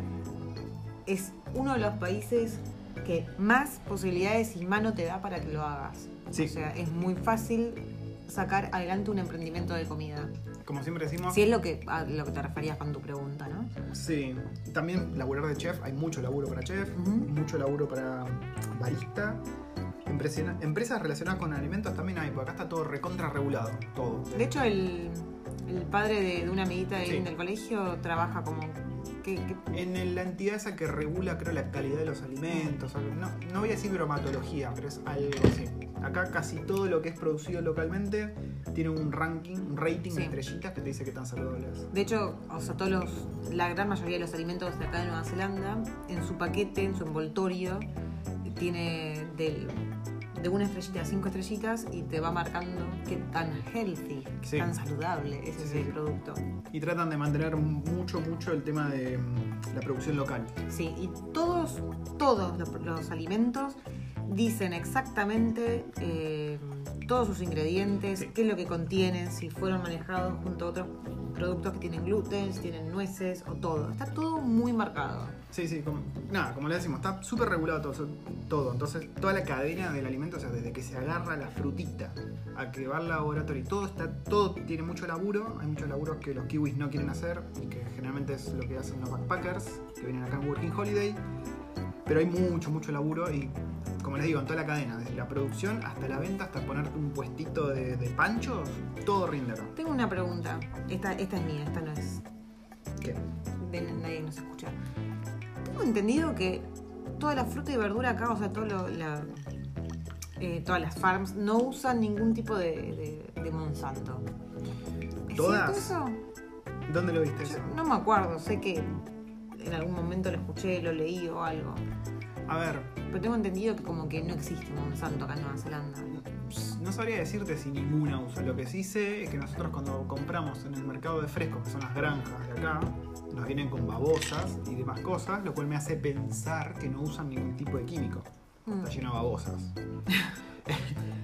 [SPEAKER 2] es uno de los países que más posibilidades y mano te da para que lo hagas.
[SPEAKER 1] Sí.
[SPEAKER 2] O sea, es muy fácil sacar adelante un emprendimiento de comida.
[SPEAKER 1] como siempre decimos,
[SPEAKER 2] Si es lo que, a lo que te referías con tu pregunta, ¿no?
[SPEAKER 1] Sí, también laburar de chef, hay mucho laburo para chef,
[SPEAKER 2] Ujú.
[SPEAKER 1] mucho laburo para barista. Impresiona- Empresas relacionadas con alimentos también hay, porque acá está todo recontra regulado, todo.
[SPEAKER 2] De hecho, el, el padre de, de una amiguita de
[SPEAKER 1] Sí.
[SPEAKER 2] del colegio trabaja como. ¿qué- qué?
[SPEAKER 1] En el- la entidad esa que regula, creo, la calidad de los alimentos, algo- no, no voy a decir bromatología, pero es algo así. Acá casi todo lo que es producido localmente tiene un ranking, un rating de
[SPEAKER 2] Sí.
[SPEAKER 1] estrellitas que te dice qué tan saludable es.
[SPEAKER 2] De hecho, o sea, todos los, la gran mayoría de los alimentos de acá de Nueva Zelanda, en su paquete, en su envoltorio, tiene del, de una estrellita a cinco estrellitas y te va marcando qué tan healthy, qué
[SPEAKER 1] Sí.
[SPEAKER 2] tan saludable es
[SPEAKER 1] Sí,
[SPEAKER 2] ese
[SPEAKER 1] sí.
[SPEAKER 2] producto.
[SPEAKER 1] Y tratan de mantener mucho, mucho el tema de mm, la producción local.
[SPEAKER 2] Sí, y todos, todos los, los alimentos dicen exactamente eh, todos sus ingredientes,
[SPEAKER 1] Sí.
[SPEAKER 2] qué es lo que contienen, si fueron manejados junto a otros productos que tienen gluten, si tienen nueces o todo. Está todo muy marcado.
[SPEAKER 1] Sí, sí, como- nada, como le decimos, está súper regulado todo, so- todo. Entonces, toda la cadena del alimento, o sea, desde que se agarra la frutita a que va al laboratorio, y todo está, todo tiene mucho laburo. Hay muchos laburos que los kiwis no quieren hacer y que generalmente es lo que hacen los backpackers que vienen acá en Working Holiday. Pero hay mucho, mucho laburo y, como les digo, en toda la cadena, desde la producción hasta la venta, hasta ponerte un puestito de, de panchos, todo rinde acá.
[SPEAKER 2] Tengo una pregunta. Esta, esta es mía, esta no es
[SPEAKER 1] ¿Qué?
[SPEAKER 2] de nadie nos escucha. Tengo entendido que toda la fruta y verdura acá, o sea, todo lo- la- eh, todas las farms no usan ningún tipo de, de- de Monsanto. ¿Es
[SPEAKER 1] ¿Todas?
[SPEAKER 2] cierto
[SPEAKER 1] ¿Dónde lo viste
[SPEAKER 2] eso?
[SPEAKER 1] eso?
[SPEAKER 2] Yo no me acuerdo, sé que en algún momento lo escuché, lo leí o algo.
[SPEAKER 1] A ver,
[SPEAKER 2] Pero tengo entendido que como que no existe Monsanto acá en Nueva Zelanda.
[SPEAKER 1] Pues, No sabría decirte si ninguna usa. Lo que sí sé es que nosotros cuando compramos en el mercado de frescos, que son las granjas de acá, nos vienen con babosas y demás cosas, lo cual me hace pensar que no usan ningún tipo de químico.
[SPEAKER 2] Mm.
[SPEAKER 1] Está lleno de babosas.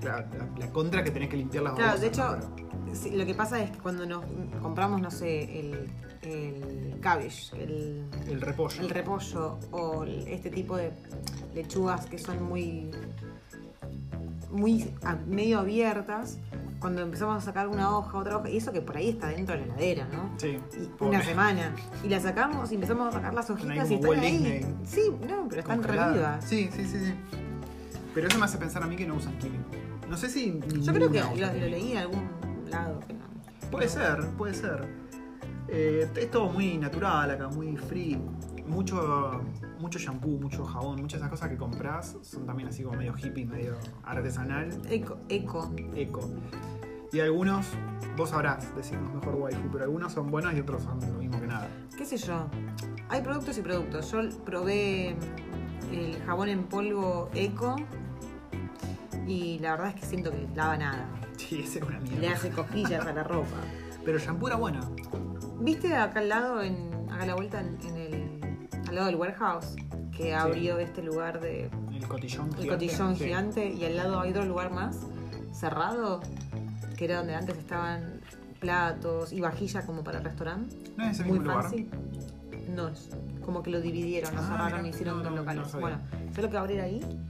[SPEAKER 1] la, la- la contra que tenés que limpiar las
[SPEAKER 2] Claro,
[SPEAKER 1] babosas.
[SPEAKER 2] de hecho,
[SPEAKER 1] ¿no?
[SPEAKER 2] sí, lo que pasa es que cuando nos compramos, no sé, el, el cabbage, el,
[SPEAKER 1] Pero el repollo.
[SPEAKER 2] el repollo o el- este tipo de lechugas que son muy, muy a- medio abiertas, cuando empezamos a sacar una hoja, otra hoja, y eso que por ahí está dentro de la heladera, ¿no?
[SPEAKER 1] sí,
[SPEAKER 2] Y
[SPEAKER 1] pobre.
[SPEAKER 2] una semana. Y la sacamos y empezamos a sacar las hojitas y
[SPEAKER 1] como Walt
[SPEAKER 2] están ahí.
[SPEAKER 1] Disney.
[SPEAKER 2] Sí, no, pero están re
[SPEAKER 1] Congelada.
[SPEAKER 2] vivas.
[SPEAKER 1] Sí, sí, sí, sí. Pero eso me hace pensar a mí que no usan químico. No sé si.
[SPEAKER 2] Yo creo que
[SPEAKER 1] ninguna
[SPEAKER 2] lo,
[SPEAKER 1] usa
[SPEAKER 2] lo
[SPEAKER 1] químico.
[SPEAKER 2] leí en algún lado. que no.
[SPEAKER 1] Puede ser, puede ser. Eh, es todo muy natural acá, muy free. Mucho, mucho shampoo, mucho jabón, muchas de esas cosas que compras son también así como medio hippie, medio artesanal,
[SPEAKER 2] Eco, eco.
[SPEAKER 1] eco. Y algunos, vos sabrás decirnos mejor waifu, pero algunos son buenos y otros son lo mismo que nada.
[SPEAKER 2] qué sé yo, hay productos y productos. Yo probé mm, el jabón en polvo eco y la verdad es que siento que lava nada.
[SPEAKER 1] Sí, ese era una
[SPEAKER 2] Le
[SPEAKER 1] mierda.
[SPEAKER 2] hace cosquillas a la ropa.
[SPEAKER 1] Pero el shampoo era bueno.
[SPEAKER 2] ¿Viste acá al lado, en, acá a la vuelta, en, en el, al lado del warehouse, que abrió este lugar de
[SPEAKER 1] El cotillón
[SPEAKER 2] el
[SPEAKER 1] gigante.
[SPEAKER 2] cotillón
[SPEAKER 1] Sí.
[SPEAKER 2] gigante y al lado hay otro lugar más cerrado, que era donde antes estaban platos y vajilla como para el restaurante?
[SPEAKER 1] No es ese
[SPEAKER 2] muy
[SPEAKER 1] este mismo lugar.
[SPEAKER 2] fancy. No, es como que lo dividieron, lo
[SPEAKER 1] Ah,
[SPEAKER 2] cerraron
[SPEAKER 1] mira.
[SPEAKER 2] y hicieron
[SPEAKER 1] No,
[SPEAKER 2] dos
[SPEAKER 1] no,
[SPEAKER 2] locales.
[SPEAKER 1] no sabía.
[SPEAKER 2] bueno, ¿sabes lo que va a abrir ahí?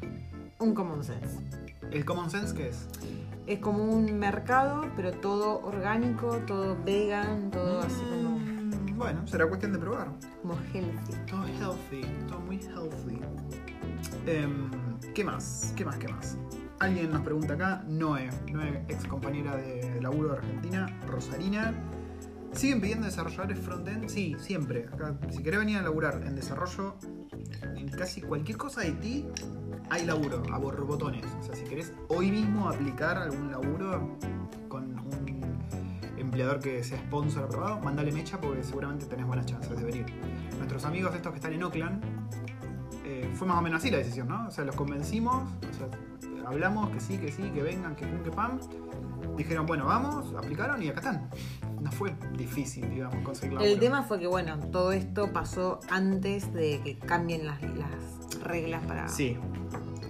[SPEAKER 2] Un common sense.
[SPEAKER 1] ¿El Common Sense qué es?
[SPEAKER 2] Es como un mercado, pero todo orgánico, todo vegan, todo así como,
[SPEAKER 1] Mm, Bueno, será cuestión de probar.
[SPEAKER 2] como healthy.
[SPEAKER 1] Todo healthy, todo muy healthy. Em, ¿Qué más? ¿Qué más? ¿Qué más? Alguien nos pregunta acá, Noé, Noé, ex compañera de laburo de Argentina, Rosarina. ¿Siguen pidiendo desarrolladores frontend? Sí, siempre. Acá, si querés venir a laburar en desarrollo, en casi cualquier cosa de ti, hay laburo, a borbotones. O sea, si querés hoy mismo aplicar algún laburo con un empleador que sea sponsor aprobado, mandale mecha porque seguramente tenés buenas chances de venir nuestros amigos estos que están en Oakland, eh, fue más o menos así la decisión, ¿no? O sea, los convencimos, o sea, hablamos que sí, que sí, que vengan, que pum, que pam. Dijeron, bueno, vamos, aplicaron y acá están. No fue difícil, digamos, conseguir laburo.
[SPEAKER 2] El tema fue que, bueno, todo esto pasó antes de que cambien las, las reglas para.
[SPEAKER 1] Sí,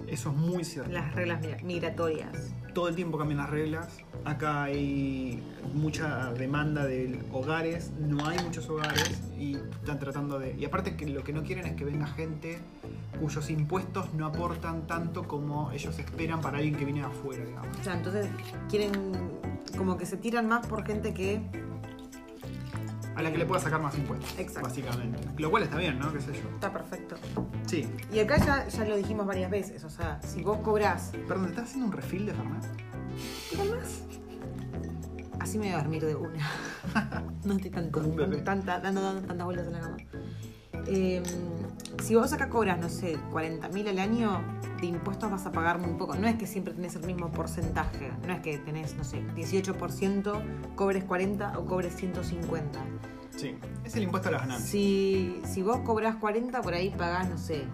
[SPEAKER 1] eso es muy cierto.
[SPEAKER 2] Las reglas mi- migratorias.
[SPEAKER 1] todo el tiempo cambian las reglas. Acá hay mucha demanda de hogares, no hay muchos hogares y están tratando de... Y aparte que lo que no quieren es que venga gente cuyos impuestos no aportan tanto como ellos esperan para alguien que viene de afuera, digamos.
[SPEAKER 2] O sea, entonces quieren. Como que se tiran más por gente que
[SPEAKER 1] A la que le pueda sacar más impuestos,
[SPEAKER 2] Exacto.
[SPEAKER 1] básicamente. Lo cual está bien, ¿no? ¿Qué sé yo?
[SPEAKER 2] está perfecto.
[SPEAKER 1] Sí.
[SPEAKER 2] Y acá ya, ya lo dijimos varias veces, o sea, si vos cobrás,
[SPEAKER 1] Perdón, ¿te ¿estás haciendo un refill de Fernet?
[SPEAKER 2] así me voy a dormir de una. no estoy tan,
[SPEAKER 1] Como un bebé.
[SPEAKER 2] tanta- dando, dando tantas vueltas en la cama. Eh, si vos acá cobras, no sé, 40 mil al año, de impuestos vas a pagar muy poco. No es que siempre tenés el mismo porcentaje, no es que tenés, no sé, 18%, cobres 40 o cobres 150.
[SPEAKER 1] Sí. Es el impuesto a las ganancias.
[SPEAKER 2] Si, si vos cobrás 40, por ahí pagás, no sé,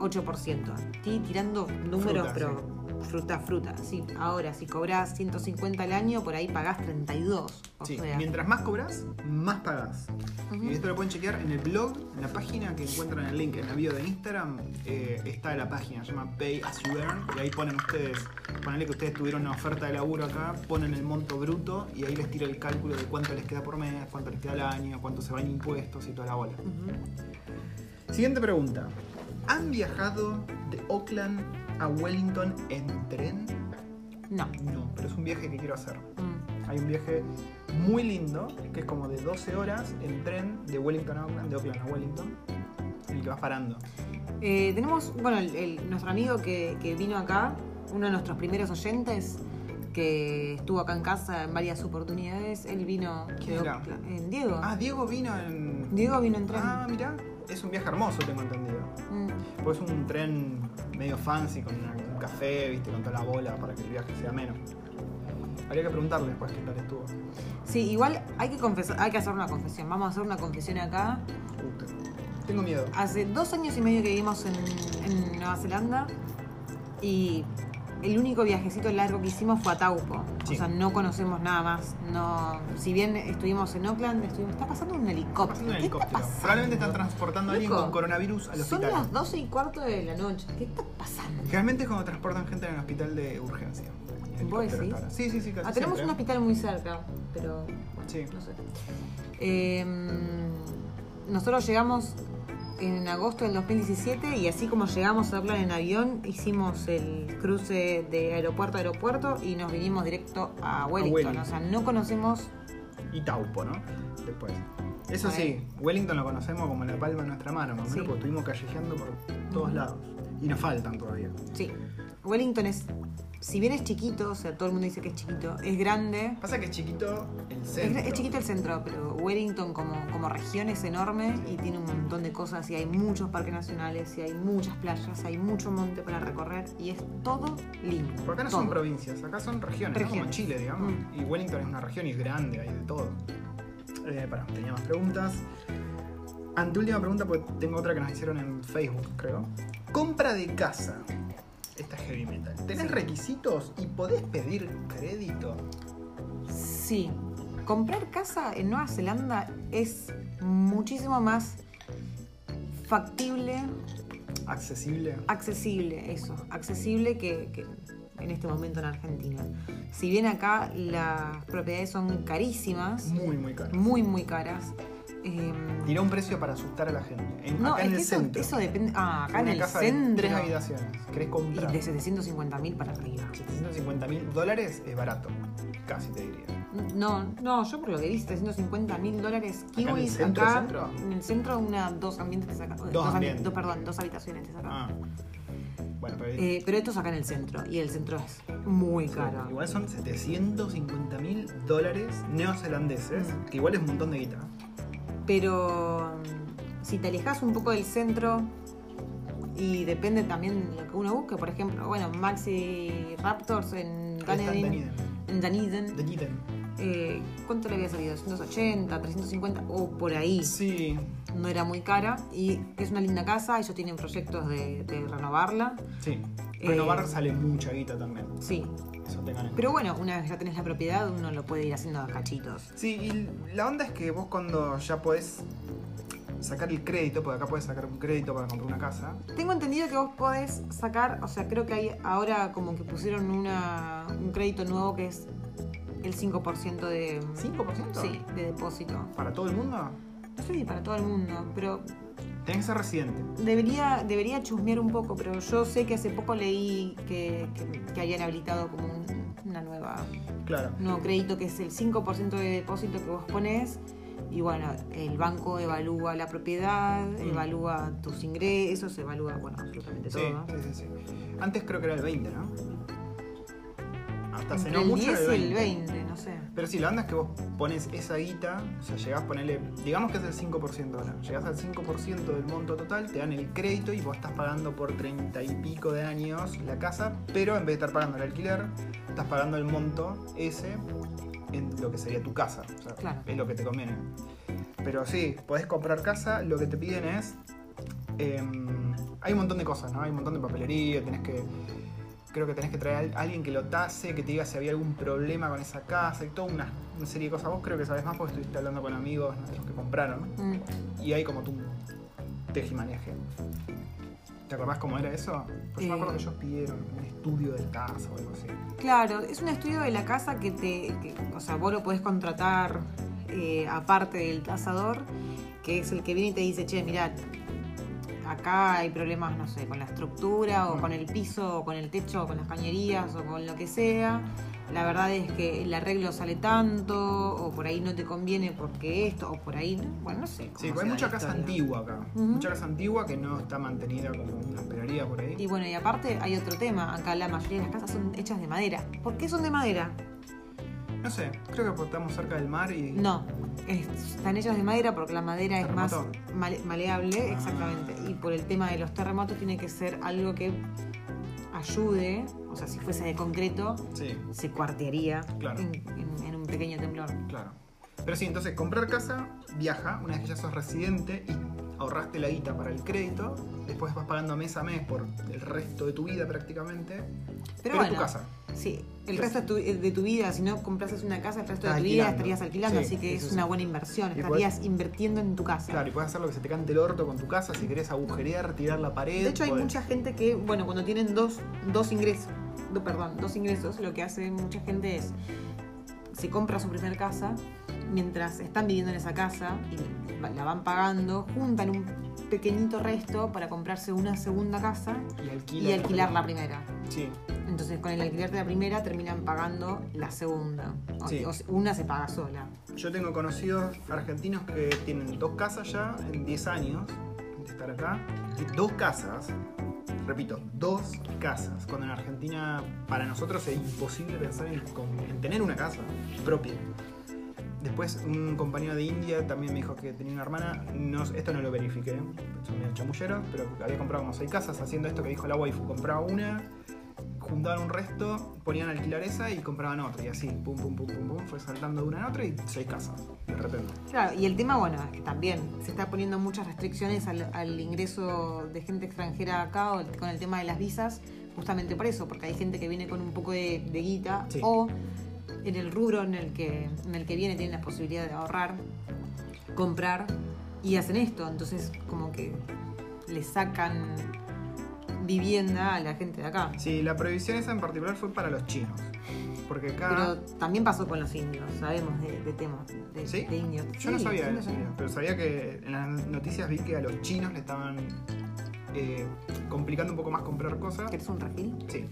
[SPEAKER 2] 8%. Estoy tirando números,
[SPEAKER 1] Fruta,
[SPEAKER 2] pero fruta, fruta. Sí, ahora si cobras 150 al año, por ahí pagás 32. O
[SPEAKER 1] Sí,
[SPEAKER 2] sea,
[SPEAKER 1] mientras más cobras, más pagas.
[SPEAKER 2] Ujú.
[SPEAKER 1] Y esto lo pueden chequear en el blog, en la página que encuentran el link en la bio de Instagram. eh, está la página, se llama Pay As You Earn. Y ahí ponen ustedes, ponenle que ustedes tuvieron una oferta de laburo acá, ponen el monto bruto y ahí les tira el cálculo de cuánto les queda por mes, cuánto les queda al año, cuánto se van impuestos y toda la bola.
[SPEAKER 2] Ujú.
[SPEAKER 1] Siguiente pregunta. ¿Han viajado de Oakland a Wellington en tren?
[SPEAKER 2] No.
[SPEAKER 1] No, pero es un viaje que quiero hacer.
[SPEAKER 2] Mm.
[SPEAKER 1] Hay un viaje muy lindo, que es como de 12 horas en tren de Wellington a Oakland, de Oakland a Wellington, en el que vas parando.
[SPEAKER 2] Eh, tenemos, bueno, el- el- nuestro amigo que, que vino acá, uno de nuestros primeros oyentes, que estuvo acá en casa en varias oportunidades, él vino
[SPEAKER 1] ¿Quién
[SPEAKER 2] de
[SPEAKER 1] era?
[SPEAKER 2] Oakland- en Diego.
[SPEAKER 1] Ah, Diego vino en...
[SPEAKER 2] Diego vino en tren.
[SPEAKER 1] Ah, mirá, es un viaje hermoso, tengo entendido.
[SPEAKER 2] Mm.
[SPEAKER 1] Pues es un tren medio fancy, con una- un café, viste, con toda la bola, para que el viaje sea menos. Habría que preguntarle después qué tal estuvo.
[SPEAKER 2] Sí, igual hay que confesar, hay que hacer una confesión. Vamos a hacer una confesión acá.
[SPEAKER 1] Puta. Tengo miedo.
[SPEAKER 2] Hace dos años y medio que vivimos en, en Nueva Zelanda y el único viajecito largo que hicimos fue a Taupo.
[SPEAKER 1] Sí.
[SPEAKER 2] O sea, no conocemos nada más. No, si bien estuvimos en Oakland, estuvimos, está pasando un helicóptero.
[SPEAKER 1] Pasando un
[SPEAKER 2] Ah, ¿Qué está
[SPEAKER 1] helicóptero.
[SPEAKER 2] pasando?
[SPEAKER 1] Probablemente están transportando a alguien
[SPEAKER 2] Loco,
[SPEAKER 1] con coronavirus al
[SPEAKER 2] Son
[SPEAKER 1] hospital.
[SPEAKER 2] las 12 y cuarto de la noche. ¿Qué está pasando?
[SPEAKER 1] Generalmente es cuando transportan gente en el hospital de urgencia.
[SPEAKER 2] ¿Vos
[SPEAKER 1] Helicóptero
[SPEAKER 2] decís?
[SPEAKER 1] hasta ahora. Sí, sí, sí, casi
[SPEAKER 2] Ah, tenemos un
[SPEAKER 1] siempre.
[SPEAKER 2] hospital muy cerca, pero bueno,
[SPEAKER 1] Sí.
[SPEAKER 2] no sé. Eh, nosotros llegamos en agosto del 2017 y así como llegamos a Oakland en avión, hicimos el cruce de aeropuerto a aeropuerto y nos vinimos directo a Wellington.
[SPEAKER 1] Wellington.
[SPEAKER 2] O sea, no conocemos
[SPEAKER 1] Y Taupo, ¿no? Después. Eso
[SPEAKER 2] Ahí.
[SPEAKER 1] sí, Wellington lo conocemos como la palma de nuestra mano, más o menos,
[SPEAKER 2] Sí.
[SPEAKER 1] porque estuvimos callejeando por todos lados. Y nos faltan todavía.
[SPEAKER 2] Sí, Wellington es, si bien es chiquito, o sea, todo el mundo dice que es chiquito, es grande.
[SPEAKER 1] Pasa que es chiquito el
[SPEAKER 2] Es,
[SPEAKER 1] centro.
[SPEAKER 2] es chiquito el centro, pero Wellington como, como región es enorme y tiene un montón de cosas y hay muchos parques nacionales y hay muchas playas, hay mucho monte para recorrer y es todo lindo.
[SPEAKER 1] Porque acá no
[SPEAKER 2] todo.
[SPEAKER 1] son provincias, acá son regiones, ¿no? como
[SPEAKER 2] Regiones.
[SPEAKER 1] Chile, digamos.
[SPEAKER 2] Mm.
[SPEAKER 1] Y Wellington es una región y es grande, hay de todo. Eh, pará, tenía más preguntas. Ante última pregunta, porque tengo otra que nos hicieron en Facebook, creo. Compra de casa. Esta es heavy metal. ¿Tenés requisitos y podés pedir crédito?
[SPEAKER 2] Sí, comprar casa en Nueva Zelanda es muchísimo más factible,
[SPEAKER 1] ¿Accesible?
[SPEAKER 2] accesible, eso, accesible que, que en este momento en Argentina. Si bien acá las propiedades son carísimas,
[SPEAKER 1] Muy, muy caro.
[SPEAKER 2] muy, muy caras. em,
[SPEAKER 1] Tiró un precio para asustar a la gente. En-
[SPEAKER 2] No,
[SPEAKER 1] acá
[SPEAKER 2] es
[SPEAKER 1] en el
[SPEAKER 2] que eso,
[SPEAKER 1] centro.
[SPEAKER 2] eso depende. Ah, acá en
[SPEAKER 1] Una
[SPEAKER 2] el
[SPEAKER 1] casa de
[SPEAKER 2] centro.
[SPEAKER 1] tres habitaciones. ¿Querés
[SPEAKER 2] y
[SPEAKER 1] comprar?
[SPEAKER 2] de 750 mil para arriba.
[SPEAKER 1] 750 mil dólares es barato. Casi te diría.
[SPEAKER 2] No, no, yo por lo que vi, 750 mil dólares
[SPEAKER 1] en el
[SPEAKER 2] kiwis
[SPEAKER 1] centro,
[SPEAKER 2] acá.
[SPEAKER 1] centro?
[SPEAKER 2] En el centro, una, dos ambientes te saca. Dos, ambi-
[SPEAKER 1] ambientes.
[SPEAKER 2] dos, perdón, dos habitaciones te saca.
[SPEAKER 1] Ah. Bueno, pero.
[SPEAKER 2] Eh, pero esto es acá en el centro. Y el centro es muy caro.
[SPEAKER 1] Igual son 750 mil dólares neozelandeses,
[SPEAKER 2] Mm.
[SPEAKER 1] que igual es un montón de guita.
[SPEAKER 2] Pero mm, si te alejas un poco del centro y depende también de lo que uno busque, por ejemplo, bueno, Maxi Raptors en Dunedin.
[SPEAKER 1] Daniden.
[SPEAKER 2] En Dunedin.
[SPEAKER 1] Daniden.
[SPEAKER 2] Eh, ¿Cuánto le había salido? ¿280, 350 o por ahí?
[SPEAKER 1] Sí,
[SPEAKER 2] No era muy cara y es una linda casa, ellos tienen proyectos de, de renovarla.
[SPEAKER 1] sí. Renovar
[SPEAKER 2] Eh,
[SPEAKER 1] sale mucha guita también.
[SPEAKER 2] Sí,
[SPEAKER 1] Eso tengan en
[SPEAKER 2] pero bueno, una vez ya tenés la propiedad uno lo puede ir haciendo a cachitos.
[SPEAKER 1] Sí, y la onda es que vos cuando ya podés sacar el crédito, porque acá podés sacar un crédito para comprar una casa,
[SPEAKER 2] Tengo entendido que vos podés sacar, o sea, creo que hay ahora como que pusieron una, un crédito nuevo que es el 5% de...
[SPEAKER 1] ¿5%?
[SPEAKER 2] Sí, de depósito.
[SPEAKER 1] para todo el mundo,
[SPEAKER 2] No sé si para todo el mundo, pero
[SPEAKER 1] tenés que ser residente.
[SPEAKER 2] Debería, debería chusmear un poco, pero yo sé que hace poco leí que, que- que habían habilitado como un una nueva,
[SPEAKER 1] Claro.
[SPEAKER 2] un nuevo crédito que es el 5% de depósito que vos pones. Y bueno, el banco evalúa la propiedad, evalúa tus ingresos, evalúa, bueno, absolutamente
[SPEAKER 1] Mm. Sí,
[SPEAKER 2] todo.
[SPEAKER 1] sí, sí, sí. Antes creo que era el 20, ¿no? Hasta hace
[SPEAKER 2] Entre
[SPEAKER 1] no
[SPEAKER 2] el
[SPEAKER 1] mucho era
[SPEAKER 2] 10 y el 20, no sé.
[SPEAKER 1] Pero sí, la onda es que vos pones esa guita, o sea, llegás a ponerle, digamos que es el 5% ahora, llegás al 5% del monto total, te dan el crédito y vos estás pagando por 30 y pico de años la casa, pero en vez de estar pagando el alquiler, estás pagando el monto ese en lo que sería tu casa, o sea,
[SPEAKER 2] Claro.
[SPEAKER 1] es lo que te conviene. Pero sí, podés comprar casa, lo que te piden es... em, hay un montón de cosas, ¿no? Hay un montón de papelería, tenés que Creo que tenés que traer a alguien que lo tase, que te diga si había algún problema con esa casa y toda una, una serie de cosas. Vos creo que sabés más porque estuviste hablando con amigos, no sé, los que compraron.
[SPEAKER 2] Mm.
[SPEAKER 1] Y hay como tú tejimaneje. ¿Te acordás cómo era eso? Pues yo me acuerdo
[SPEAKER 2] Eh.
[SPEAKER 1] que ellos pidieron un estudio de casa o algo así.
[SPEAKER 2] Claro, es un estudio de la casa que te. que, o sea, vos lo podés contratar eh, aparte del tasador, que es el que viene y te dice, che, mirá, acá hay problemas, no sé, con la estructura, o con el piso, o con el techo, o con las cañerías, o con lo que sea. La verdad es que el arreglo sale tanto, o por ahí no te conviene porque esto, o por ahí, no- bueno, no sé.
[SPEAKER 1] Sí,
[SPEAKER 2] cómo
[SPEAKER 1] porque hay
[SPEAKER 2] será
[SPEAKER 1] mucha
[SPEAKER 2] la
[SPEAKER 1] casa
[SPEAKER 2] historia.
[SPEAKER 1] antigua acá.
[SPEAKER 2] Ujú.
[SPEAKER 1] Mucha casa antigua que no está mantenida como una esperaría por ahí.
[SPEAKER 2] Y bueno, y aparte hay otro tema, acá la mayoría de las casas son hechas de madera. ¿Por qué son de madera?
[SPEAKER 1] No sé, creo que porque estamos cerca del mar y.
[SPEAKER 2] No, es- están hechas de madera porque la madera es más
[SPEAKER 1] Terremoto.
[SPEAKER 2] male- maleable,
[SPEAKER 1] Ah.
[SPEAKER 2] exactamente. Y por el tema de los terremotos tiene que ser algo que ayude, o sea, si fuese de concreto,
[SPEAKER 1] Sí,
[SPEAKER 2] se cuartearía
[SPEAKER 1] Claro.
[SPEAKER 2] en, en- en un pequeño temblor.
[SPEAKER 1] claro. Pero sí, entonces comprar casa, viaja, una vez que ya sos residente y ahorraste la guita para el crédito, después vas pagando mes a mes por el resto de tu vida prácticamente.
[SPEAKER 2] Pero,
[SPEAKER 1] Pero, es
[SPEAKER 2] bueno,
[SPEAKER 1] tu casa.
[SPEAKER 2] sí, el resto de tu, de tu vida, si no comprases una casa, el resto de
[SPEAKER 1] Estás
[SPEAKER 2] tu vida
[SPEAKER 1] alquilando.
[SPEAKER 2] estarías alquilando,
[SPEAKER 1] Sí,
[SPEAKER 2] así que
[SPEAKER 1] sí,
[SPEAKER 2] es
[SPEAKER 1] sí,
[SPEAKER 2] una
[SPEAKER 1] sí.
[SPEAKER 2] buena inversión,
[SPEAKER 1] Y
[SPEAKER 2] estarías invirtiendo en tu casa.
[SPEAKER 1] Claro, y puedes hacer lo que se te cante el orto con tu casa, si querés agujerear, tirar la pared.
[SPEAKER 2] De hecho, hay
[SPEAKER 1] podés.
[SPEAKER 2] mucha gente que, bueno, cuando tienen dos, dos ingresos, do- perdón, dos ingresos, lo que hace mucha gente es se compra su primer casa, mientras están viviendo en esa casa y va- la van pagando, juntan un pequeñito resto para comprarse una segunda casa
[SPEAKER 1] Y alquilar,
[SPEAKER 2] y alquilar la primera.
[SPEAKER 1] Sí,
[SPEAKER 2] Entonces, con el alquiler de la primera terminan pagando la segunda. O-
[SPEAKER 1] Sí.
[SPEAKER 2] o se- una se paga sola.
[SPEAKER 1] Yo tengo conocidos argentinos que tienen dos casas ya en 10 años de estar acá. Y Dos casas, repito, dos casas. Cuando en Argentina para nosotros es imposible pensar en, con- en tener una casa propia. Después un compañero de India también me dijo que tenía una hermana, no, esto no lo verifiqué, son medio chamulleros, pero había comprado como seis casas haciendo esto que dijo la waifu, compraba una, juntaban un resto, ponían a alquilar esa y compraban otra. Y así, pum, pum, pum, pum, pum, fue saltando de una a otra y seis casas, de repente.
[SPEAKER 2] Claro, y el tema, bueno, es que también se está poniendo muchas restricciones al, al ingreso de gente extranjera acá o el- con el tema de las visas, justamente por eso, porque hay gente que viene con un poco de, de guita
[SPEAKER 1] Sí.
[SPEAKER 2] o en el rubro en el que, en el que viene tienen la posibilidad de ahorrar, comprar y hacen esto, entonces como que le sacan vivienda a la gente de acá.
[SPEAKER 1] Sí, la prohibición esa en particular fue para los chinos. Porque
[SPEAKER 2] Pero
[SPEAKER 1] acá.
[SPEAKER 2] también pasó con los indios, sabemos de, de temas de,
[SPEAKER 1] ¿Sí?
[SPEAKER 2] de indios.
[SPEAKER 1] yo no
[SPEAKER 2] Sí,
[SPEAKER 1] sabía
[SPEAKER 2] sí,
[SPEAKER 1] eso, pero sabía que en las noticias vi que a los chinos le estaban eh, complicando un poco más comprar cosas.
[SPEAKER 2] ¿Querés un refil?
[SPEAKER 1] Sí.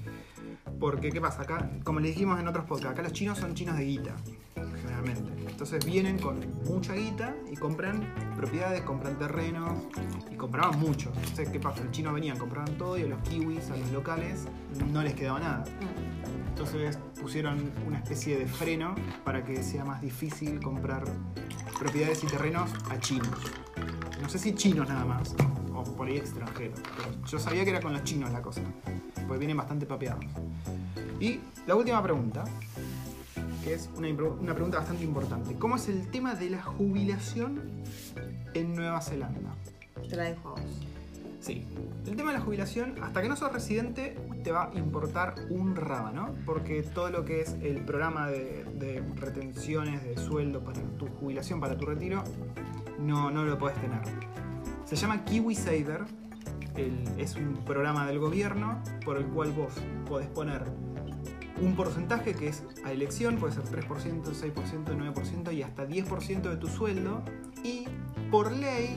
[SPEAKER 1] Porque, ¿qué pasa? Acá, como le dijimos en otros podcasts, acá los chinos son chinos de guita, generalmente. Entonces vienen con mucha guita y compran propiedades, compran terrenos y compraban mucho. Entonces, ¿qué pasa? Los chinos venían, compraban todo y a los kiwis, a los locales, no les quedaba nada.
[SPEAKER 2] Mm.
[SPEAKER 1] Entonces pusieron una especie de freno para que sea más difícil comprar propiedades y terrenos a chinos. No sé si chinos nada más, o por ahí extranjeros. Pero yo sabía que era con los chinos la cosa, porque vienen bastante papeados. Y la última pregunta, que es una, impro- una pregunta bastante importante. ¿Cómo es el tema de la jubilación en Nueva Zelanda?
[SPEAKER 2] Te la dejo a vos.
[SPEAKER 1] Sí. El tema de la jubilación, hasta que no sos residente, te va a importar un rábano, porque todo lo que es el programa de, de retenciones de sueldo para tu jubilación, para tu retiro, no, no lo podés tener. Se llama KiwiSaver, el- es un programa del gobierno por el cual vos podés poner un porcentaje que es a elección, puede ser 3%, 6%, 9% y hasta 10% de tu sueldo, y por ley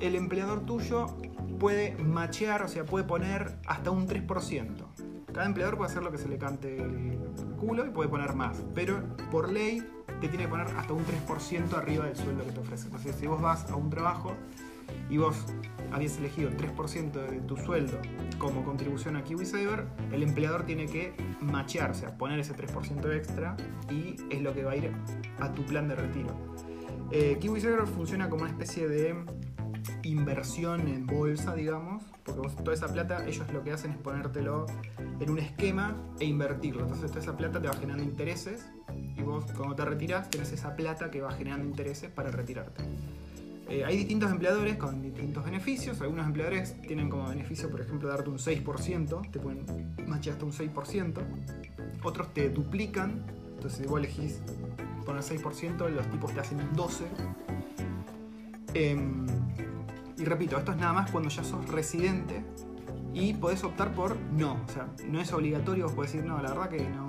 [SPEAKER 1] el empleador tuyo puede machear, o sea, puede poner hasta un 3%. Cada empleador puede hacer lo que se le cante el culo y puede poner más, pero por ley te tiene que poner hasta un 3% arriba del sueldo que te ofrecen. Entonces, si vos vas a un trabajo y vos habías elegido el 3% de tu sueldo como contribución a KiwiSaver, el empleador tiene que machear, o sea, poner ese 3% extra y es lo que va a ir a tu plan de retiro. Eh, KiwiSaver funciona como una especie de inversión en bolsa, digamos, porque vos toda esa plata, ellos lo que hacen es ponértelo en un esquema e invertirlo. Entonces toda esa plata te va generando intereses y vos cuando te retiras tenés esa plata que va generando intereses para retirarte. Eh, hay distintos empleadores con distintos beneficios. Algunos empleadores tienen como beneficio, por ejemplo, darte un 6%, te pueden machear hasta un 6%. Otros te duplican, entonces vos elegís poner 6%, los tipos te hacen un 12%. Em, y repito, esto es nada más cuando ya sos residente y podés optar por no. O sea, no es obligatorio, vos podés decir, no, la verdad que no,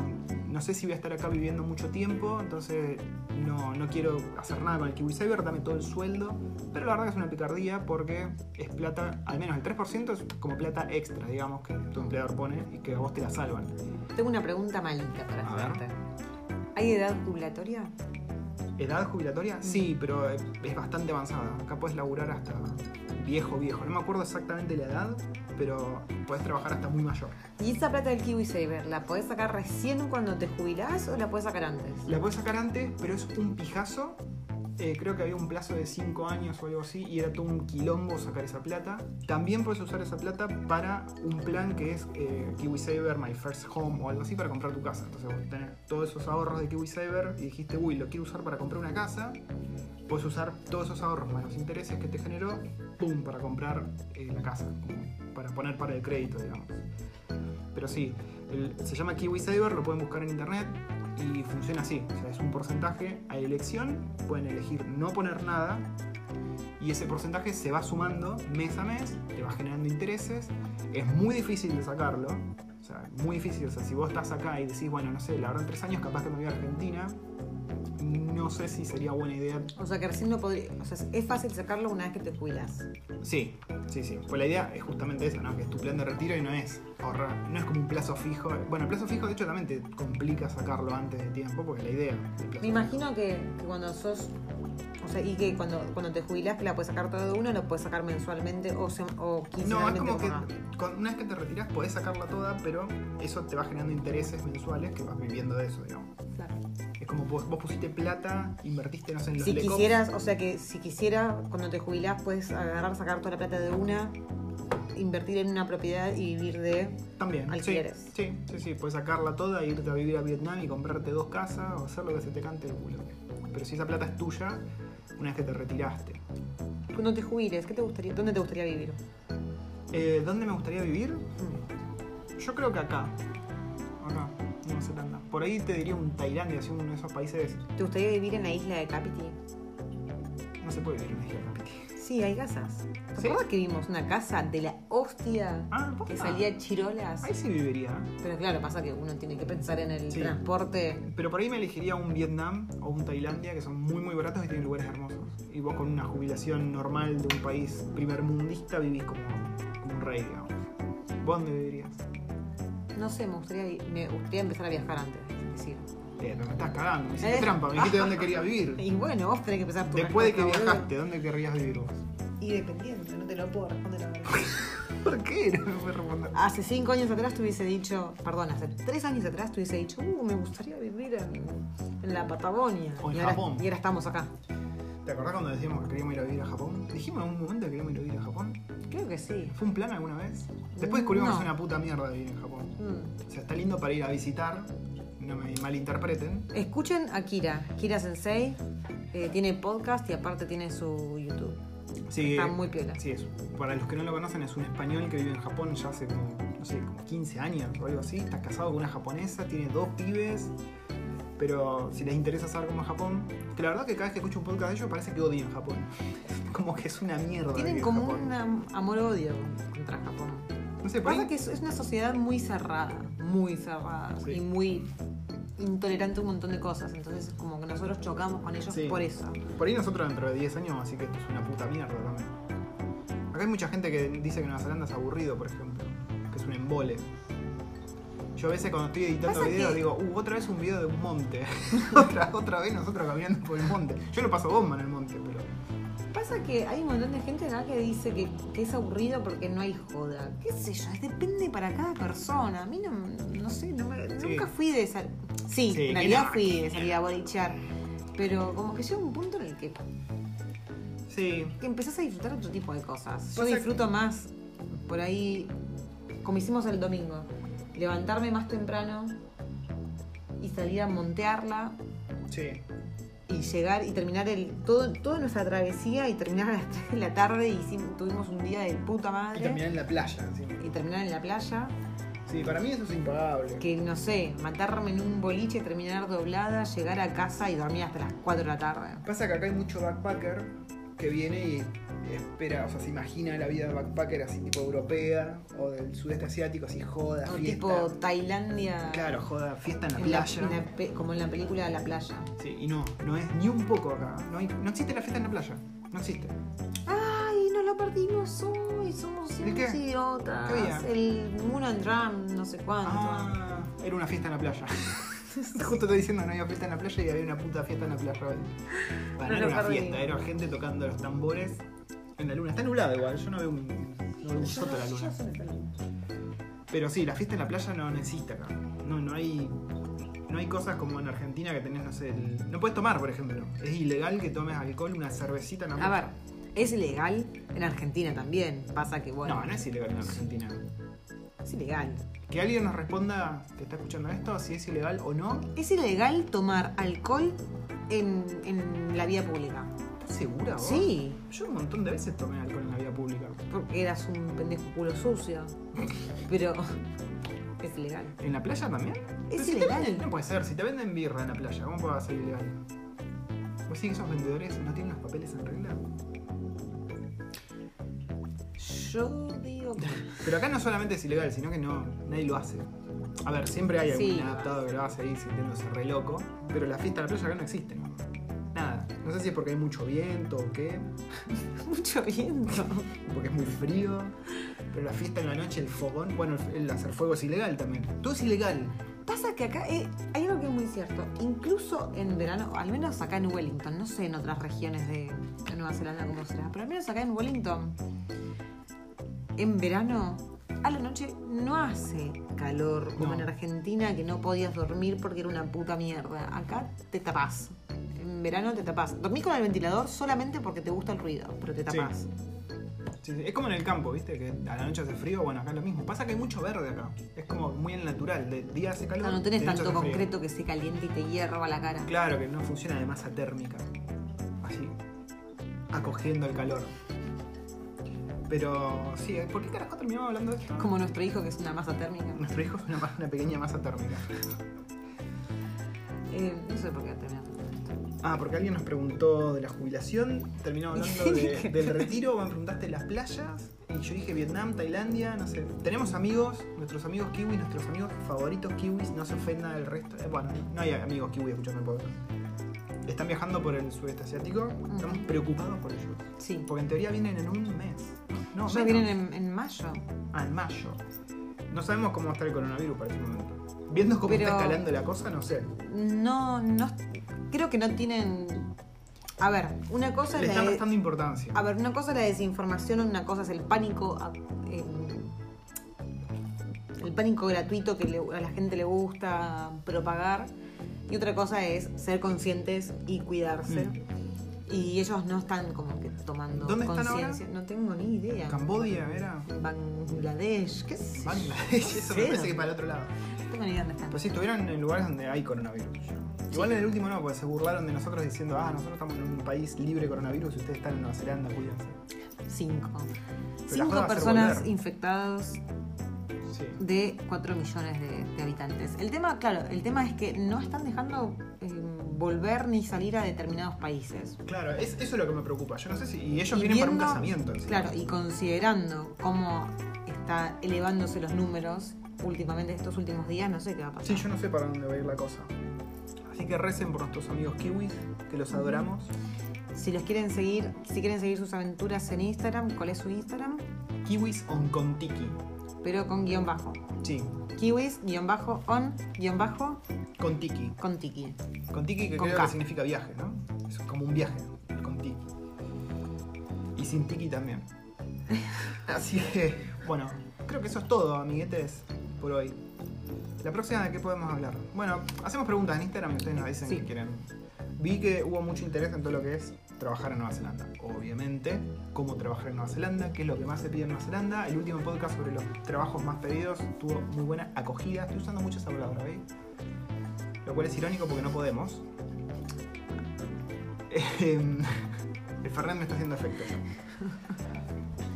[SPEAKER 1] no sé si voy a estar acá viviendo mucho tiempo, entonces no, no quiero hacer nada con el KiwiSaver, dame todo el sueldo. Pero la verdad que es una picardía porque es plata, al menos el 3% es como plata extra, digamos, que tu empleador pone y que a vos te la salvan.
[SPEAKER 2] Tengo una pregunta malita para
[SPEAKER 1] A ver.
[SPEAKER 2] hacerte. ¿Hay edad jubilatoria?
[SPEAKER 1] ¿Edad jubilatoria? Sí, pero es bastante avanzada. Acá puedes laburar hasta viejo, viejo. No me acuerdo exactamente la edad, pero puedes trabajar hasta muy mayor.
[SPEAKER 2] ¿Y esa plata del Kiwi Saver la podés sacar recién cuando te jubilás o la podés sacar antes?
[SPEAKER 1] La puedes sacar antes, pero es un pijazo. Eh, creo que había un plazo de 5 años o algo así y era todo un quilombo sacar esa plata. También puedes usar esa plata para un plan que es eh, KiwiSaver My First Home o algo así para comprar tu casa. Entonces vos tenés todos esos ahorros de KiwiSaver y dijiste, uy, lo quiero usar para comprar una casa. Puedes usar todos esos ahorros más los intereses que te generó, pum, para comprar eh, la casa, como para poner para el crédito, digamos. Pero sí, el- se llama KiwiSaver, lo pueden buscar en internet y funciona así. O sea, es un porcentaje a elección, pueden elegir no poner nada y ese porcentaje se va sumando mes a mes, te va generando intereses. Es muy difícil de sacarlo. O sea, muy difícil. O sea, si vos estás acá y decís, bueno, no sé, la verdad en tres años capaz que me voy a Argentina, no sé si sería buena idea
[SPEAKER 2] O sea que recién no podría. O sea, es fácil sacarlo una vez que te jubilás.
[SPEAKER 1] Sí, sí, sí. Pues la idea es justamente esa, ¿no? Que es tu plan de retiro y no es ahorrar, no es como un plazo fijo. Bueno, el plazo fijo de hecho también te complica sacarlo antes de tiempo, porque la idea. del plazo
[SPEAKER 2] Me imagino que, que cuando sos. O sea, y que cuando, cuando te jubilás, que la puedes sacar todo de uno, la puedes sacar mensualmente o, sem- o
[SPEAKER 1] No, es
[SPEAKER 2] quincenalmente.
[SPEAKER 1] como que
[SPEAKER 2] como no.
[SPEAKER 1] con- una vez que te retiras podés sacarla toda, pero eso te va generando intereses mensuales que vas viviendo de eso, digamos.
[SPEAKER 2] Claro.
[SPEAKER 1] Es como vos, vos pusiste plata, invertiste, no sé, en los
[SPEAKER 2] Si
[SPEAKER 1] Lecops.
[SPEAKER 2] quisieras, o sea que si quisiera, cuando te jubilás, puedes agarrar, sacar toda la plata de una, invertir en una propiedad y vivir de.
[SPEAKER 1] También, sí,
[SPEAKER 2] alquileres.
[SPEAKER 1] sí, sí, sí, puedes sacarla toda, e irte a vivir a Vietnam y comprarte dos casas o hacer lo que se te cante el culo. Pero si esa plata es tuya, una vez que te retiraste.
[SPEAKER 2] Cuando te jubiles, ¿qué te gustaría, ¿dónde te gustaría vivir?
[SPEAKER 1] Eh, ¿Dónde me gustaría vivir?
[SPEAKER 2] Mm.
[SPEAKER 1] Yo creo que acá. Acá, no sé tanta. Por ahí te diría un Tailandia, así uno de esos países.
[SPEAKER 2] ¿Te gustaría vivir en la isla de Capiti?
[SPEAKER 1] No se puede vivir en México, Capiti.
[SPEAKER 2] Sí, hay casas. ¿Te
[SPEAKER 1] ¿Sí?
[SPEAKER 2] acuerdas que vimos una casa de la hostia
[SPEAKER 1] Ah,
[SPEAKER 2] que
[SPEAKER 1] posta.
[SPEAKER 2] salía chirolas?
[SPEAKER 1] Ahí sí viviría. ¿eh?
[SPEAKER 2] Pero claro, pasa que uno tiene que pensar en el
[SPEAKER 1] Sí.
[SPEAKER 2] transporte.
[SPEAKER 1] Pero por ahí me elegiría un Vietnam o un Tailandia, que son muy muy baratos y tienen lugares hermosos. Y vos con una jubilación normal de un país primermundista vivís como, como un rey, digamos. ¿Vos dónde vivirías?
[SPEAKER 2] No sé, me gustaría, vi- me gustaría empezar a viajar antes. es decir.
[SPEAKER 1] Eh, pero me estás cagando, me hiciste
[SPEAKER 2] Eh.
[SPEAKER 1] trampa, me dijiste dónde querías vivir.
[SPEAKER 2] Y bueno, vos tenés que empezar tu
[SPEAKER 1] Después de que
[SPEAKER 2] respuesta, boludo.
[SPEAKER 1] viajaste, ¿dónde querrías vivir vos?
[SPEAKER 2] Y dependiendo, no te lo puedo responder ahora.
[SPEAKER 1] ¿Por qué? No me puedes responder.
[SPEAKER 2] Hace cinco años atrás te hubiese dicho, perdón, hace tres años atrás te hubiese dicho, uh, me gustaría vivir en, en la Patagonia.
[SPEAKER 1] O en
[SPEAKER 2] y, ahora,
[SPEAKER 1] Japón.
[SPEAKER 2] y ahora estamos acá.
[SPEAKER 1] ¿Te acordás cuando decíamos que queríamos ir a vivir a Japón? Dijimos en algún momento que queríamos ir a vivir a Japón.
[SPEAKER 2] Creo que sí.
[SPEAKER 1] ¿Fue un plan alguna vez? Después descubrimos
[SPEAKER 2] No.
[SPEAKER 1] que es una puta mierda vivir en Japón.
[SPEAKER 2] Mm.
[SPEAKER 1] O sea, está lindo para ir a visitar, no me malinterpreten.
[SPEAKER 2] Escuchen a Kira, Kira Sensei. eh, tiene podcast y aparte tiene su YouTube.
[SPEAKER 1] Sí,
[SPEAKER 2] Está muy piola.
[SPEAKER 1] Sí, es- para los que no lo conocen, es un español que vive en Japón ya hace como, no sé, como 15 años o algo así. Está casado con una japonesa, tiene dos pibes. Pero si les interesa saber cómo es Japón, que la verdad que cada vez que escucho un podcast de ellos parece que odian Japón. como que es una mierda.
[SPEAKER 2] Tienen
[SPEAKER 1] vivir en
[SPEAKER 2] como
[SPEAKER 1] Japón.
[SPEAKER 2] un am- amor-odio contra Japón.
[SPEAKER 1] No sé, por
[SPEAKER 2] Pasa
[SPEAKER 1] ahí-
[SPEAKER 2] que es, es una sociedad muy cerrada, muy cerrada
[SPEAKER 1] Sí.
[SPEAKER 2] y muy intolerante a un montón de cosas. Entonces, como que nosotros chocamos con ellos
[SPEAKER 1] Sí.
[SPEAKER 2] por eso.
[SPEAKER 1] Por ahí nosotros dentro de 10 años, así que esto es una puta mierda también. Acá hay mucha gente que dice que Nueva Zelanda es aburrido, por ejemplo, que es un embole. Yo a veces cuando estoy editando
[SPEAKER 2] Pasa
[SPEAKER 1] videos
[SPEAKER 2] que-
[SPEAKER 1] digo, uh, otra vez un video de un monte. otra, otra vez nosotros caminando por el monte. Yo lo paso bomba en el monte, pero.
[SPEAKER 2] Pasa que hay un montón de gente acá que dice que, que es aburrido porque no hay joda. ¿Qué sé yo? es- Depende para cada persona. A mí no, no sé, no me-
[SPEAKER 1] Sí.
[SPEAKER 2] nunca fui de salir. Sí,
[SPEAKER 1] Sí,
[SPEAKER 2] en realidad
[SPEAKER 1] que-
[SPEAKER 2] fui de salir a bodichar. Pero como que llega un punto en el que,
[SPEAKER 1] Sí,
[SPEAKER 2] que empezás a disfrutar otro tipo de cosas. Yo
[SPEAKER 1] Pasa que-
[SPEAKER 2] disfruto más por ahí, como hicimos el domingo, levantarme más temprano y salir a montearla
[SPEAKER 1] sí.
[SPEAKER 2] y llegar y terminar el, todo, toda nuestra travesía y terminar a las 3 de la tarde y hicim- tuvimos un día de puta madre.
[SPEAKER 1] Y terminar en la playa. encima.
[SPEAKER 2] y terminar en la playa,
[SPEAKER 1] Sí, para mí eso es impagable.
[SPEAKER 2] que no sé, matarme en un boliche, terminar doblada, llegar a casa y dormir hasta las 4 de la tarde.
[SPEAKER 1] Pasa que acá hay mucho backpacker que viene y espera, o sea, se imagina la vida de backpacker así tipo europea o del sudeste asiático, así joda,
[SPEAKER 2] O
[SPEAKER 1] fiesta.
[SPEAKER 2] tipo Tailandia.
[SPEAKER 1] Claro, joda, fiesta en la
[SPEAKER 2] en la-
[SPEAKER 1] playa.
[SPEAKER 2] en la pe- como en la película de la playa.
[SPEAKER 1] Sí, y no, no es ni un poco acá. No, hay- no existe la fiesta en la playa. No existe.
[SPEAKER 2] Ay, nos lo perdimos hoy, somos
[SPEAKER 1] ¿El qué?
[SPEAKER 2] unos idiotas.
[SPEAKER 1] ¿Qué día?
[SPEAKER 2] El Moon and Drum, no sé cuánto.
[SPEAKER 1] Ah, era una fiesta en la playa. Justo estoy diciendo que no había fiesta en la playa y había una puta fiesta en la playa. hoy. Bueno,
[SPEAKER 2] No
[SPEAKER 1] era
[SPEAKER 2] lo
[SPEAKER 1] una
[SPEAKER 2] perdí.
[SPEAKER 1] fiesta, era gente tocando los tambores en la luna. Está nublado igual, yo no veo un, no veo un
[SPEAKER 2] Yo
[SPEAKER 1] soto
[SPEAKER 2] no-
[SPEAKER 1] de la
[SPEAKER 2] yo
[SPEAKER 1] luna.
[SPEAKER 2] sé lo que no.
[SPEAKER 1] Pero sí, la fiesta en la playa no, no existe acá. No, no hay. No hay cosas como en Argentina que tenés, no sé, el- no puedes tomar, por ejemplo. Es ilegal que tomes alcohol, una cervecita en la
[SPEAKER 2] A
[SPEAKER 1] playa.
[SPEAKER 2] ver, es legal en Argentina también. Pasa que, bueno,
[SPEAKER 1] No, no es ilegal en Argentina.
[SPEAKER 2] es ilegal.
[SPEAKER 1] Que alguien nos responda que está escuchando esto, si es ilegal o no.
[SPEAKER 2] Es ilegal tomar alcohol en, en la vía pública.
[SPEAKER 1] ¿Estás segura vos?
[SPEAKER 2] Sí,
[SPEAKER 1] Yo un montón de veces tomé alcohol en la vía pública.
[SPEAKER 2] porque eras un pendejo culo sucio. Pero es ilegal.
[SPEAKER 1] ¿En la playa también? Pero
[SPEAKER 2] Es
[SPEAKER 1] si te
[SPEAKER 2] ilegal.
[SPEAKER 1] venden- no puede ser, si te venden birra en la playa, ¿cómo puede ser ilegal? ¿Vos sí que esos vendedores no tienen los papeles en regla?
[SPEAKER 2] Yo digo que
[SPEAKER 1] Pero acá no solamente es ilegal, sino que no, nadie lo hace. A ver, siempre hay algún
[SPEAKER 2] Sí.
[SPEAKER 1] adaptado que lo hace ahí sintiéndose re loco, pero la fiesta en la playa acá no existe. Nada. No sé si es porque hay mucho viento o qué,
[SPEAKER 2] mucho viento.
[SPEAKER 1] porque es muy frío, pero la fiesta en la noche, el fogón, bueno, el, el hacer fuego es ilegal también. Todo es ilegal.
[SPEAKER 2] Pasa que acá eh, hay algo que es muy cierto. Incluso en verano, al menos acá en Wellington, no sé en otras regiones de, de Nueva Zelanda cómo será, pero al menos acá en Wellington, en verano, a la noche no hace calor como
[SPEAKER 1] No.
[SPEAKER 2] en Argentina que no podías dormir porque era una puta mierda. Acá te tapás. En verano te tapás. Dormís con el ventilador solamente porque te gusta el ruido, pero te
[SPEAKER 1] Sí.
[SPEAKER 2] tapás.
[SPEAKER 1] Sí, sí, Es como en el campo, ¿viste? Que a la noche hace frío, bueno, acá es lo mismo. Pasa que hay mucho verde acá. Es como muy el natural. De día hace
[SPEAKER 2] O
[SPEAKER 1] calor.
[SPEAKER 2] sea, Ah, no tenés
[SPEAKER 1] de noche
[SPEAKER 2] tanto
[SPEAKER 1] hace frío.
[SPEAKER 2] concreto que se caliente y te hierva la cara.
[SPEAKER 1] Claro que no funciona de masa térmica. Así. Acogiendo el calor. Pero sí, ¿eh? ¿por qué carajo terminamos hablando de esto?
[SPEAKER 2] Como nuestro hijo que es una masa térmica.
[SPEAKER 1] Nuestro hijo es una, ma- una pequeña masa térmica.
[SPEAKER 2] Eh, no sé por qué terminaste con esto.
[SPEAKER 1] Ah, porque alguien nos preguntó de la jubilación, terminamos hablando de- del retiro, vos me preguntaste de las playas, y yo dije Vietnam, Tailandia, no sé. Tenemos amigos, nuestros amigos kiwis, nuestros amigos favoritos kiwis, no se ofenda del resto. eh, bueno, no hay amigos kiwis escuchando el podcast. Están viajando por el sudeste asiático,
[SPEAKER 2] Mm.
[SPEAKER 1] estamos preocupados por ellos.
[SPEAKER 2] Sí.
[SPEAKER 1] Porque en teoría vienen en un mes. No, menos.
[SPEAKER 2] Ya vienen en, en mayo.
[SPEAKER 1] Ah, en mayo. No sabemos cómo está el coronavirus para ese momento. Viendo cómo
[SPEAKER 2] Pero-
[SPEAKER 1] está escalando la cosa, no sé.
[SPEAKER 2] No, no. Creo que no tienen. A ver, una cosa
[SPEAKER 1] Le
[SPEAKER 2] es
[SPEAKER 1] están
[SPEAKER 2] la. de-
[SPEAKER 1] restando importancia.
[SPEAKER 2] A ver, una cosa es la desinformación, una cosa es el pánico. a- eh, el pánico gratuito que le- a la gente le gusta propagar. Y otra cosa es ser conscientes y cuidarse.
[SPEAKER 1] Mm.
[SPEAKER 2] Y ellos no están como que tomando
[SPEAKER 1] ¿Dónde están ahora?
[SPEAKER 2] conciencia. No tengo ni idea.
[SPEAKER 1] Cambodia era.
[SPEAKER 2] Bangladesh, qué sé yo.
[SPEAKER 1] Bangladesh, Ah, eso me
[SPEAKER 2] Sí,
[SPEAKER 1] parece
[SPEAKER 2] no.
[SPEAKER 1] que para Pues, el otro lado.
[SPEAKER 2] No tengo ni idea dónde están.
[SPEAKER 1] Pero sí, estuvieron en lugares donde hay coronavirus. Igual en el último no, porque se burlaron de nosotros diciendo, ah, nosotros estamos en un país libre de coronavirus y ustedes están en Nueva Zelanda, cuídense.
[SPEAKER 2] Cinco.
[SPEAKER 1] las van a
[SPEAKER 2] Cinco
[SPEAKER 1] hacer
[SPEAKER 2] personas
[SPEAKER 1] volver.
[SPEAKER 2] infectadas
[SPEAKER 1] Sí.
[SPEAKER 2] de 4 millones de, de habitantes. El tema, claro, el tema es que no están dejando eh, volver ni salir a determinados países.
[SPEAKER 1] Claro, es- eso es lo que me preocupa. Yo no sé si. Y ellos
[SPEAKER 2] Y
[SPEAKER 1] vienen para un
[SPEAKER 2] viendo-
[SPEAKER 1] casamiento. encima.
[SPEAKER 2] Claro, y considerando cómo está elevándose los números últimamente estos últimos días, no sé qué va a pasar.
[SPEAKER 1] Sí, yo no sé para dónde va a ir la cosa. Así que recen por nuestros amigos kiwis, que los adoramos.
[SPEAKER 2] Si los quieren seguir, si quieren seguir sus aventuras en Instagram, ¿cuál es su Instagram?
[SPEAKER 1] Kiwis on Contiki.
[SPEAKER 2] Pero con guión bajo.
[SPEAKER 1] Sí,
[SPEAKER 2] Kiwis, guión bajo, on, guión bajo,
[SPEAKER 1] Contiki.
[SPEAKER 2] con tiki.
[SPEAKER 1] Contiki que
[SPEAKER 2] Con
[SPEAKER 1] creo
[SPEAKER 2] K.
[SPEAKER 1] que significa viaje, ¿no? Es como un viaje, el Contiki. Y sin tiki también. Así que, bueno, creo que eso es todo, amiguetes, por hoy. La próxima de qué podemos hablar. Bueno, hacemos preguntas en Instagram y ustedes nos dicen
[SPEAKER 2] Sí.
[SPEAKER 1] que quieren. Vi que hubo mucho interés en todo lo que es trabajar en Nueva Zelanda. Obviamente, cómo trabajar en Nueva Zelanda, qué es lo que más se pide en Nueva Zelanda. El último podcast sobre los trabajos más pedidos tuvo muy buena acogida. Estoy usando mucho esa palabra, ¿veis? Lo cual es irónico porque no podemos. Em, el Fernet me está haciendo efecto.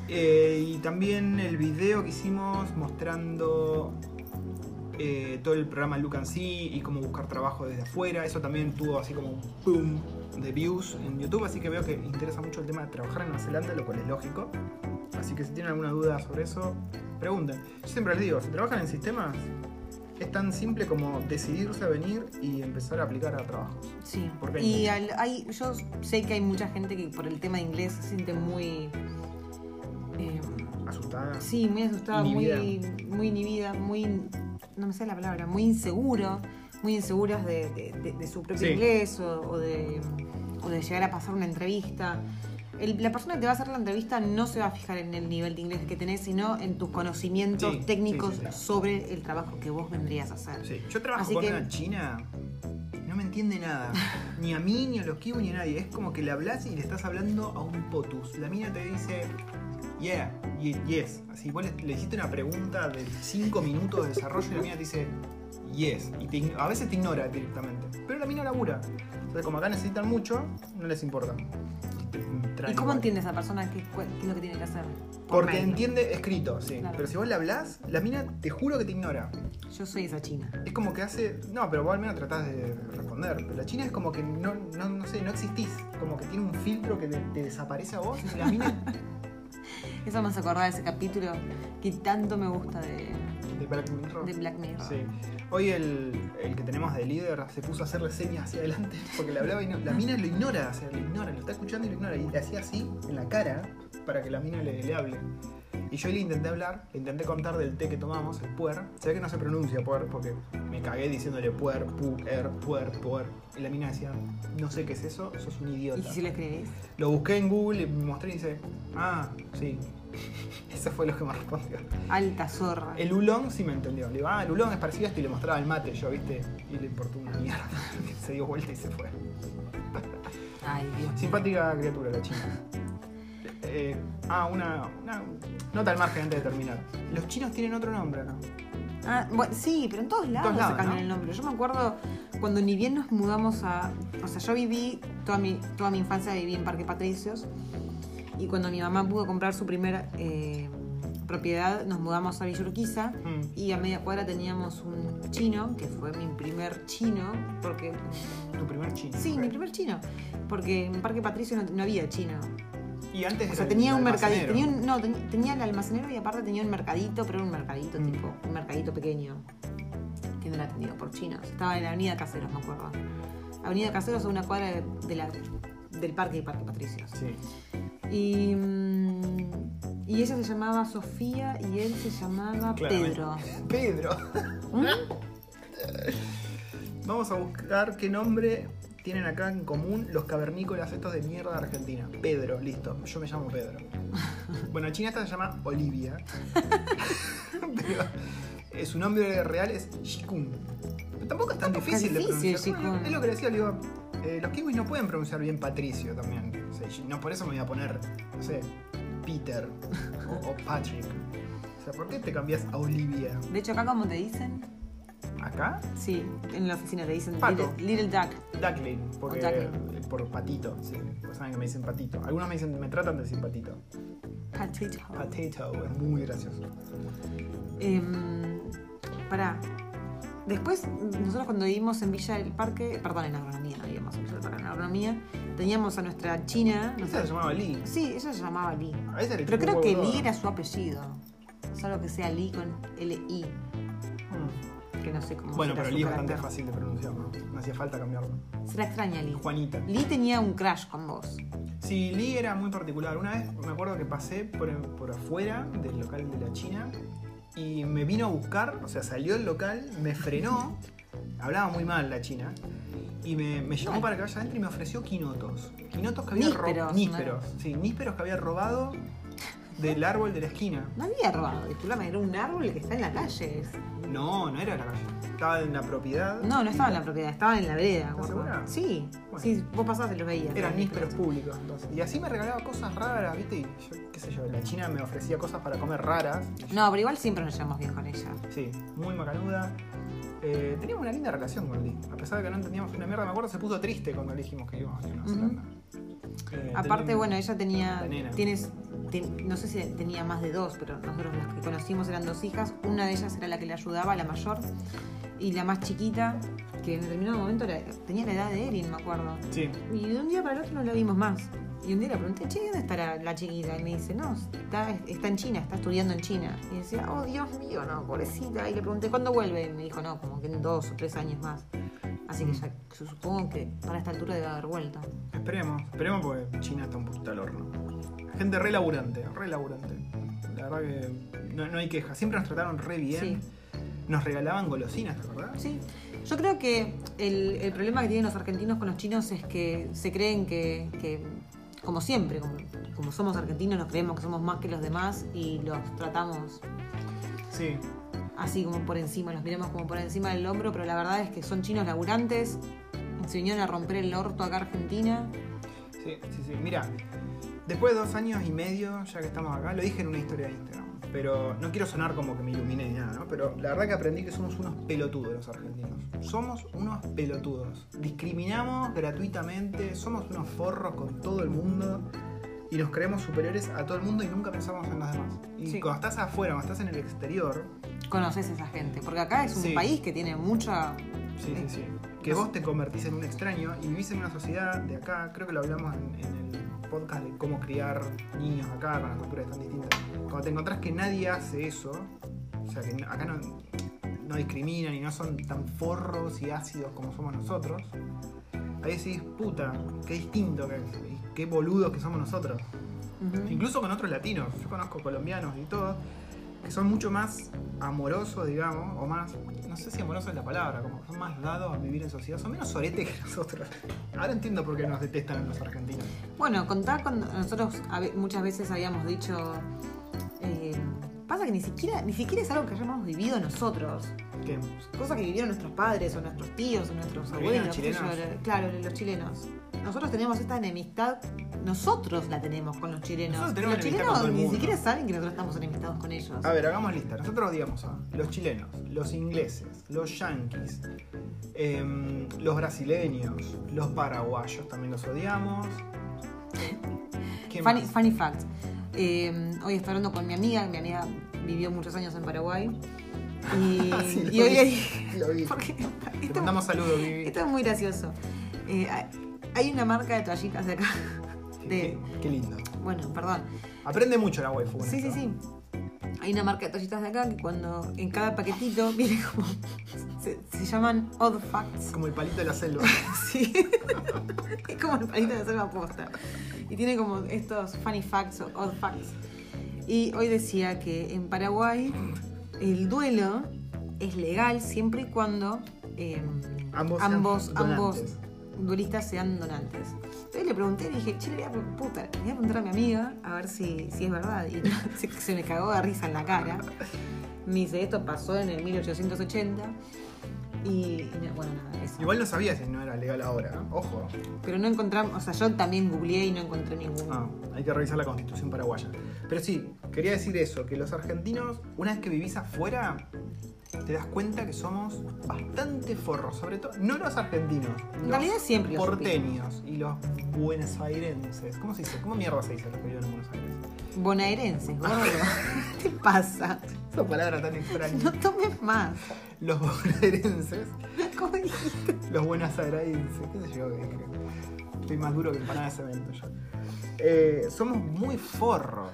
[SPEAKER 1] Eh, y también el video que hicimos mostrando eh, todo el programa Look and See y cómo buscar trabajo desde afuera. Eso también tuvo así como un boom de views en YouTube. Así que veo que interesa mucho el tema de trabajar en Nueva Zelanda, lo cual es lógico. Así que si tienen alguna duda sobre eso, pregunten. Yo siempre les digo, si trabajan en sistemas, es tan simple como decidirse a venir y empezar a aplicar a trabajos.
[SPEAKER 2] Sí.
[SPEAKER 1] Porque hay
[SPEAKER 2] Y
[SPEAKER 1] mucho.
[SPEAKER 2] al- hay, yo sé que hay mucha gente que por el tema de inglés se siente muy. eh,
[SPEAKER 1] Asustada.
[SPEAKER 2] sí, muy asustada, muy,
[SPEAKER 1] Inhibida.
[SPEAKER 2] muy inhibida, muy. No me sé la palabra, muy inseguro, muy inseguras de, de- de- de su propio
[SPEAKER 1] Sí.
[SPEAKER 2] inglés o, o de, o de llegar a pasar una entrevista. El- la persona que te va a hacer la entrevista no se va a fijar en el nivel de inglés que tenés, sino en tus conocimientos
[SPEAKER 1] Sí, sí,
[SPEAKER 2] técnicos
[SPEAKER 1] sí, sí.
[SPEAKER 2] sobre el trabajo que vos vendrías a hacer.
[SPEAKER 1] Sí, yo trabajo
[SPEAKER 2] Así
[SPEAKER 1] con
[SPEAKER 2] que-
[SPEAKER 1] una china, no me entiende nada. Ni a mí, ni a los kiwi, ni a nadie. Es como que le hablas y le estás hablando a un potus. La mina te dice, yeah, ye- yes. Así, vos le, le hiciste una pregunta de 5 minutos de desarrollo y la mina te dice, yes. Y te ign- a veces te ignora directamente. Pero la mina labura. Entonces, como acá necesitan mucho, no les importa. Y te- traen
[SPEAKER 2] ¿Y cómo
[SPEAKER 1] igual.
[SPEAKER 2] entiende esa persona qué, cuál- qué es lo que tiene que hacer? Por
[SPEAKER 1] Porque
[SPEAKER 2] mail.
[SPEAKER 1] entiende escrito, sí.
[SPEAKER 2] Claro.
[SPEAKER 1] Pero si vos le hablas, la mina te juro que te ignora.
[SPEAKER 2] Yo soy esa china.
[SPEAKER 1] Es como que hace. No, pero vos al menos tratás de responder. Pero la China es como que no, no, no sé, no existís. Como que tiene un filtro que te, te desaparece a vos. y La mina
[SPEAKER 2] Eso me hace acordar de ese capítulo que tanto me gusta de,
[SPEAKER 1] de Black Mirror.
[SPEAKER 2] de Black Mirror.
[SPEAKER 1] Sí. Hoy el, el que tenemos de líder se puso a hacerle señas hacia adelante porque le hablaba y no- la mina lo ignora, o sea, lo ignora, lo está escuchando y lo ignora. Y le hacía así en la cara para que la mina le, le hable. Y yo le intenté hablar, le intenté contar del té que tomamos, el puer. Se ve que no se pronuncia puer porque me cagué diciéndole puer, pu, er, puer, puer. Y la mina decía, no sé qué es eso, sos un idiota.
[SPEAKER 2] ¿Y si lo escribís?
[SPEAKER 1] Lo busqué en Google y me mostré y dice, ah, sí. Eso fue lo que me respondió.
[SPEAKER 2] Alta zorra.
[SPEAKER 1] El ulón sí me entendió. Le digo, ah, el ulón es parecido a esto y le mostraba el mate, yo, viste. Y le importó una mierda. se dio vuelta y se fue.
[SPEAKER 2] Ay, Dios.
[SPEAKER 1] Simpática criatura la china. Eh, ah, una, una nota al margen antes de terminar. Los chinos tienen otro nombre acá.
[SPEAKER 2] Ah, bueno, sí, pero en todos lados,
[SPEAKER 1] Todos lados,
[SPEAKER 2] sacan
[SPEAKER 1] ¿no?
[SPEAKER 2] el nombre. Yo me acuerdo cuando ni bien nos mudamos a. O sea, yo viví toda mi, toda mi infancia viví en Parque Patricios. Y cuando mi mamá pudo comprar su primera eh, propiedad, nos mudamos a Villa Urquiza.
[SPEAKER 1] Mm.
[SPEAKER 2] Y a media cuadra teníamos un chino, que fue mi primer chino, porque...
[SPEAKER 1] Tu primer chino.
[SPEAKER 2] Sí,
[SPEAKER 1] ok.
[SPEAKER 2] mi primer chino, porque en Parque Patricio no, no había chino.
[SPEAKER 1] Y antes
[SPEAKER 2] O
[SPEAKER 1] era
[SPEAKER 2] sea,
[SPEAKER 1] el
[SPEAKER 2] tenía un mercadito,
[SPEAKER 1] almacenero.
[SPEAKER 2] tenía un- no, ten- tenía el almacenero y aparte tenía un mercadito, pero era un mercadito
[SPEAKER 1] Mm.
[SPEAKER 2] tipo, un mercadito pequeño, que no era atendido por chinos. Estaba en la Avenida Caseros, me acuerdo. Avenida Caseros a una cuadra de, de la- del parque de Parque Patricios.
[SPEAKER 1] Sí.
[SPEAKER 2] Y, mm, y ella se llamaba Sofía y él se llamaba
[SPEAKER 1] Claramente.
[SPEAKER 2] Pedro. ¿Mm?
[SPEAKER 1] Pedro. Vamos a buscar qué nombre tienen acá en común los cavernícolas estos de mierda de Argentina. Pedro, listo. Yo me llamo Pedro. Bueno, en China esta se llama Olivia. Pero eh, su nombre real es Shikun. Pero tampoco es tan
[SPEAKER 2] Tampoco es
[SPEAKER 1] difícil,
[SPEAKER 2] difícil,
[SPEAKER 1] de pronunciar. Bueno,
[SPEAKER 2] Shikun.
[SPEAKER 1] Es lo que decía, le digo, eh, los kiwis no pueden pronunciar bien Patricio también. O sea, no, por eso me voy a poner, no sé, Peter o, o Patrick. O sea, ¿por qué te cambias a Olivia?
[SPEAKER 2] De hecho, acá como te dicen,
[SPEAKER 1] ¿Acá?
[SPEAKER 2] Sí, en la oficina te dicen
[SPEAKER 1] Pato.
[SPEAKER 2] Little, Little Duck.
[SPEAKER 1] Duckling, porque
[SPEAKER 2] O duckling.
[SPEAKER 1] por patito, sí. Pues saben que me dicen patito. Algunos me dicen, me tratan de decir patito.
[SPEAKER 2] Potato.
[SPEAKER 1] Potato, es muy gracioso.
[SPEAKER 2] Em, pará. Después, nosotros cuando vivimos en Villa del Parque, perdón, en agronomía, no vivíamos en Villa del Parque, en agronomía, teníamos a nuestra china.
[SPEAKER 1] Esa se llamaba Lee.
[SPEAKER 2] Sí, ella se llamaba Lee.
[SPEAKER 1] A veces le
[SPEAKER 2] Pero
[SPEAKER 1] chupo
[SPEAKER 2] creo
[SPEAKER 1] un
[SPEAKER 2] que
[SPEAKER 1] huevo
[SPEAKER 2] Lee
[SPEAKER 1] todo.
[SPEAKER 2] era su apellido. Solo que sea Lee con L-I,
[SPEAKER 1] Mm.
[SPEAKER 2] que no sé cómo
[SPEAKER 1] Bueno,
[SPEAKER 2] será
[SPEAKER 1] pero
[SPEAKER 2] su
[SPEAKER 1] Lee es bastante
[SPEAKER 2] carácter.
[SPEAKER 1] fácil de pronunciar, ¿no? No hacía falta cambiarlo.
[SPEAKER 2] Será extraña Lee.
[SPEAKER 1] Juanita.
[SPEAKER 2] Lee tenía un crash con vos.
[SPEAKER 1] Sí, Lee era muy particular. Una vez me acuerdo que pasé por, por afuera del local de la China y me vino a buscar, o sea, salió del local, me frenó, hablaba muy mal la China, y me, me llamó
[SPEAKER 2] Ay.
[SPEAKER 1] para que vaya adentro y me ofreció quinotos. Quinotos que había
[SPEAKER 2] Nísperos,
[SPEAKER 1] robado.
[SPEAKER 2] ¿no?
[SPEAKER 1] Nísperos, sí, nísperos que había robado del árbol de la esquina.
[SPEAKER 2] No había robado, disculpame, era un árbol que está en la calle.
[SPEAKER 1] No, no era la calle. Estaba en la propiedad.
[SPEAKER 2] No, no estaba en la propiedad, estaba en la vereda.
[SPEAKER 1] ¿Estás
[SPEAKER 2] gordo.
[SPEAKER 1] segura?
[SPEAKER 2] Sí,
[SPEAKER 1] Bueno.
[SPEAKER 2] sí, vos pasabas y los veías.
[SPEAKER 1] Eran nísperos públicos, entonces. Y así me regalaba cosas raras, ¿viste? Y yo, qué sé yo, la China me ofrecía cosas para comer raras. y yo- Eh,
[SPEAKER 2] No, pero igual siempre nos llevamos bien con ella.
[SPEAKER 1] Sí, muy macanuda. Eh, teníamos una linda relación con Lee. A pesar de que no entendíamos una mierda, me acuerdo, se puso triste cuando le dijimos que íbamos a Nueva
[SPEAKER 2] Ujú.
[SPEAKER 1] Zelanda. Eh,
[SPEAKER 2] Aparte,
[SPEAKER 1] tenía-
[SPEAKER 2] bueno, ella tenía.
[SPEAKER 1] La nena.
[SPEAKER 2] Tienes. ten- no sé si tenía más de dos, pero nosotros las que conocimos eran dos hijas. Una de ellas era la que le ayudaba, la mayor. Y la más chiquita, que en determinado momento era- tenía la edad de Erin, me acuerdo.
[SPEAKER 1] Sí,
[SPEAKER 2] Y de un día para el otro no la vimos más. Y un día le pregunté, che, ¿dónde estará la chiquita? Y me dice, no, está, está en China, está estudiando en China. Y decía, oh Dios mío, no, pobrecita. Y le pregunté, ¿cuándo vuelve? Y me dijo, no, como que en dos o tres años más. Así que ya supongo que para esta altura debe haber vuelta.
[SPEAKER 1] esperemos, esperemos porque China está un poquito al horno. Gente re laburante, re laburante. La verdad que no, no hay queja. Siempre nos trataron re bien.
[SPEAKER 2] Sí.
[SPEAKER 1] Nos regalaban golosinas, ¿te acordás?
[SPEAKER 2] Sí, yo creo que el, el problema que tienen los argentinos con los chinos es que se creen que, que, como siempre, como, como somos argentinos, nos creemos que somos más que los demás y los tratamos
[SPEAKER 1] Sí.
[SPEAKER 2] así como por encima, los miramos como por encima del hombro, pero la verdad es que son chinos laburantes, se vinieron a romper el orto acá a Argentina.
[SPEAKER 1] Sí, sí, sí. Mira, después de dos años y medio, ya que estamos acá, lo dije en una historia de Instagram. Pero no quiero sonar como que me iluminé ni nada, ¿no? Pero la verdad que aprendí que somos unos pelotudos los argentinos. Somos unos pelotudos. Discriminamos gratuitamente, somos unos forros con todo el mundo y nos creemos superiores a todo el mundo y nunca pensamos en los demás. Y
[SPEAKER 2] Sí.
[SPEAKER 1] cuando estás afuera, cuando estás en el exterior,
[SPEAKER 2] Conoces a esa gente, porque acá es un
[SPEAKER 1] Sí.
[SPEAKER 2] país que tiene mucha...
[SPEAKER 1] Sí, sí, sí. Que vos te convertís en un extraño y vivís en una sociedad de acá, creo que lo hablamos en, en el podcast de cómo criar niños acá con las culturas tan distintas. Cuando te encontrás que nadie hace eso, o sea, que no- acá no, no discriminan y no son tan forros y ácidos como somos nosotros, ahí decís, puta, qué distinto que es, y qué boludos que somos nosotros.
[SPEAKER 2] Ujú.
[SPEAKER 1] Incluso con otros latinos, yo conozco colombianos y todo, que son mucho más amorosos, digamos, o más, no sé si amoroso es la palabra, como que son más dados a vivir en sociedad, son menos sorete que nosotros. Ahora entiendo por qué nos detestan los argentinos.
[SPEAKER 2] Bueno, contá con nosotros a ve- muchas veces habíamos dicho. eh, pasa que ni siquiera, ni siquiera es algo que hayamos vivido nosotros.
[SPEAKER 1] ¿Qué?
[SPEAKER 2] Cosa que vivieron nuestros padres o nuestros tíos o nuestros
[SPEAKER 1] Los
[SPEAKER 2] abuelos. qué sé
[SPEAKER 1] chilenos.
[SPEAKER 2] yo, lo- claro, los chilenos. Nosotros tenemos esta enemistad, nosotros la tenemos con los chilenos.
[SPEAKER 1] Nosotros tenemos
[SPEAKER 2] los
[SPEAKER 1] enemistad
[SPEAKER 2] chilenos
[SPEAKER 1] con todo el
[SPEAKER 2] ni
[SPEAKER 1] mundo.
[SPEAKER 2] siquiera saben que nosotros estamos enemistados con ellos.
[SPEAKER 1] A ver, hagamos lista. Nosotros odiamos a los chilenos, los ingleses, los yanquis, em, los brasileños, los paraguayos también los odiamos. ¿Qué
[SPEAKER 2] Funny,
[SPEAKER 1] más?
[SPEAKER 2] funny fact. Eh, hoy estaba hablando con mi amiga, mi amiga vivió muchos años en Paraguay. Y,
[SPEAKER 1] Ah, Sí, lo
[SPEAKER 2] y hoy
[SPEAKER 1] vi,
[SPEAKER 2] hay.
[SPEAKER 1] lo vi.
[SPEAKER 2] Porque este
[SPEAKER 1] Te
[SPEAKER 2] esto-
[SPEAKER 1] mandamos saludos, Vivi.
[SPEAKER 2] Esto es muy gracioso. Eh, hay- hay una marca de toallitas de acá.
[SPEAKER 1] Qué-
[SPEAKER 2] de-
[SPEAKER 1] qué, qué lindo.
[SPEAKER 2] Bueno, perdón.
[SPEAKER 1] Aprende mucho la waifu. con
[SPEAKER 2] Sí, sí,
[SPEAKER 1] esto.
[SPEAKER 2] sí. Hay una marca de toallitas de acá que cuando en cada paquetito viene como. Se, se llaman Odd Facts.
[SPEAKER 1] Como el palito de la selva.
[SPEAKER 2] Sí. es como el palito de selva posta. Y tiene como estos funny facts o odd facts. Y hoy decía que en Paraguay el duelo es legal siempre y cuando eh,
[SPEAKER 1] Ambos sean
[SPEAKER 2] ambos, ambos
[SPEAKER 1] donantes.
[SPEAKER 2] duelistas sean donantes. Entonces le pregunté, le dije, che, le voy a, pre- puta, le voy a preguntar a mi amiga a ver si, si es verdad. Y se, se me cagó de risa en la cara. Me dice, esto pasó en el 1880. Y, y no, bueno, nada, eso.
[SPEAKER 1] Igual no sabía si no era legal ahora. ¿eh? Ojo.
[SPEAKER 2] Pero no encontramos, o sea, yo también googleé y no encontré ninguno.
[SPEAKER 1] Ah, hay que revisar la constitución paraguaya. Pero sí, quería decir eso, que los argentinos, una vez que vivís afuera, te das cuenta que somos bastante forros. Sobre todo, no los argentinos.
[SPEAKER 2] en
[SPEAKER 1] los
[SPEAKER 2] realidad siempre los
[SPEAKER 1] porteños y los buenosairenses. ¿Cómo se dice? ¿Cómo mierda se dice los que viven en Buenos Aires?
[SPEAKER 2] supimos. Bonaerenses, gordo.
[SPEAKER 1] Ah.
[SPEAKER 2] ¿Qué te pasa?
[SPEAKER 1] Esa palabra tan extraña.
[SPEAKER 2] No tomes más.
[SPEAKER 1] Los bonaerenses,
[SPEAKER 2] ¿Cómo dijiste?
[SPEAKER 1] los buenosairenses, qué sé yo qué dije. Estoy más duro que empanada de cemento ya. Eh, somos muy forros.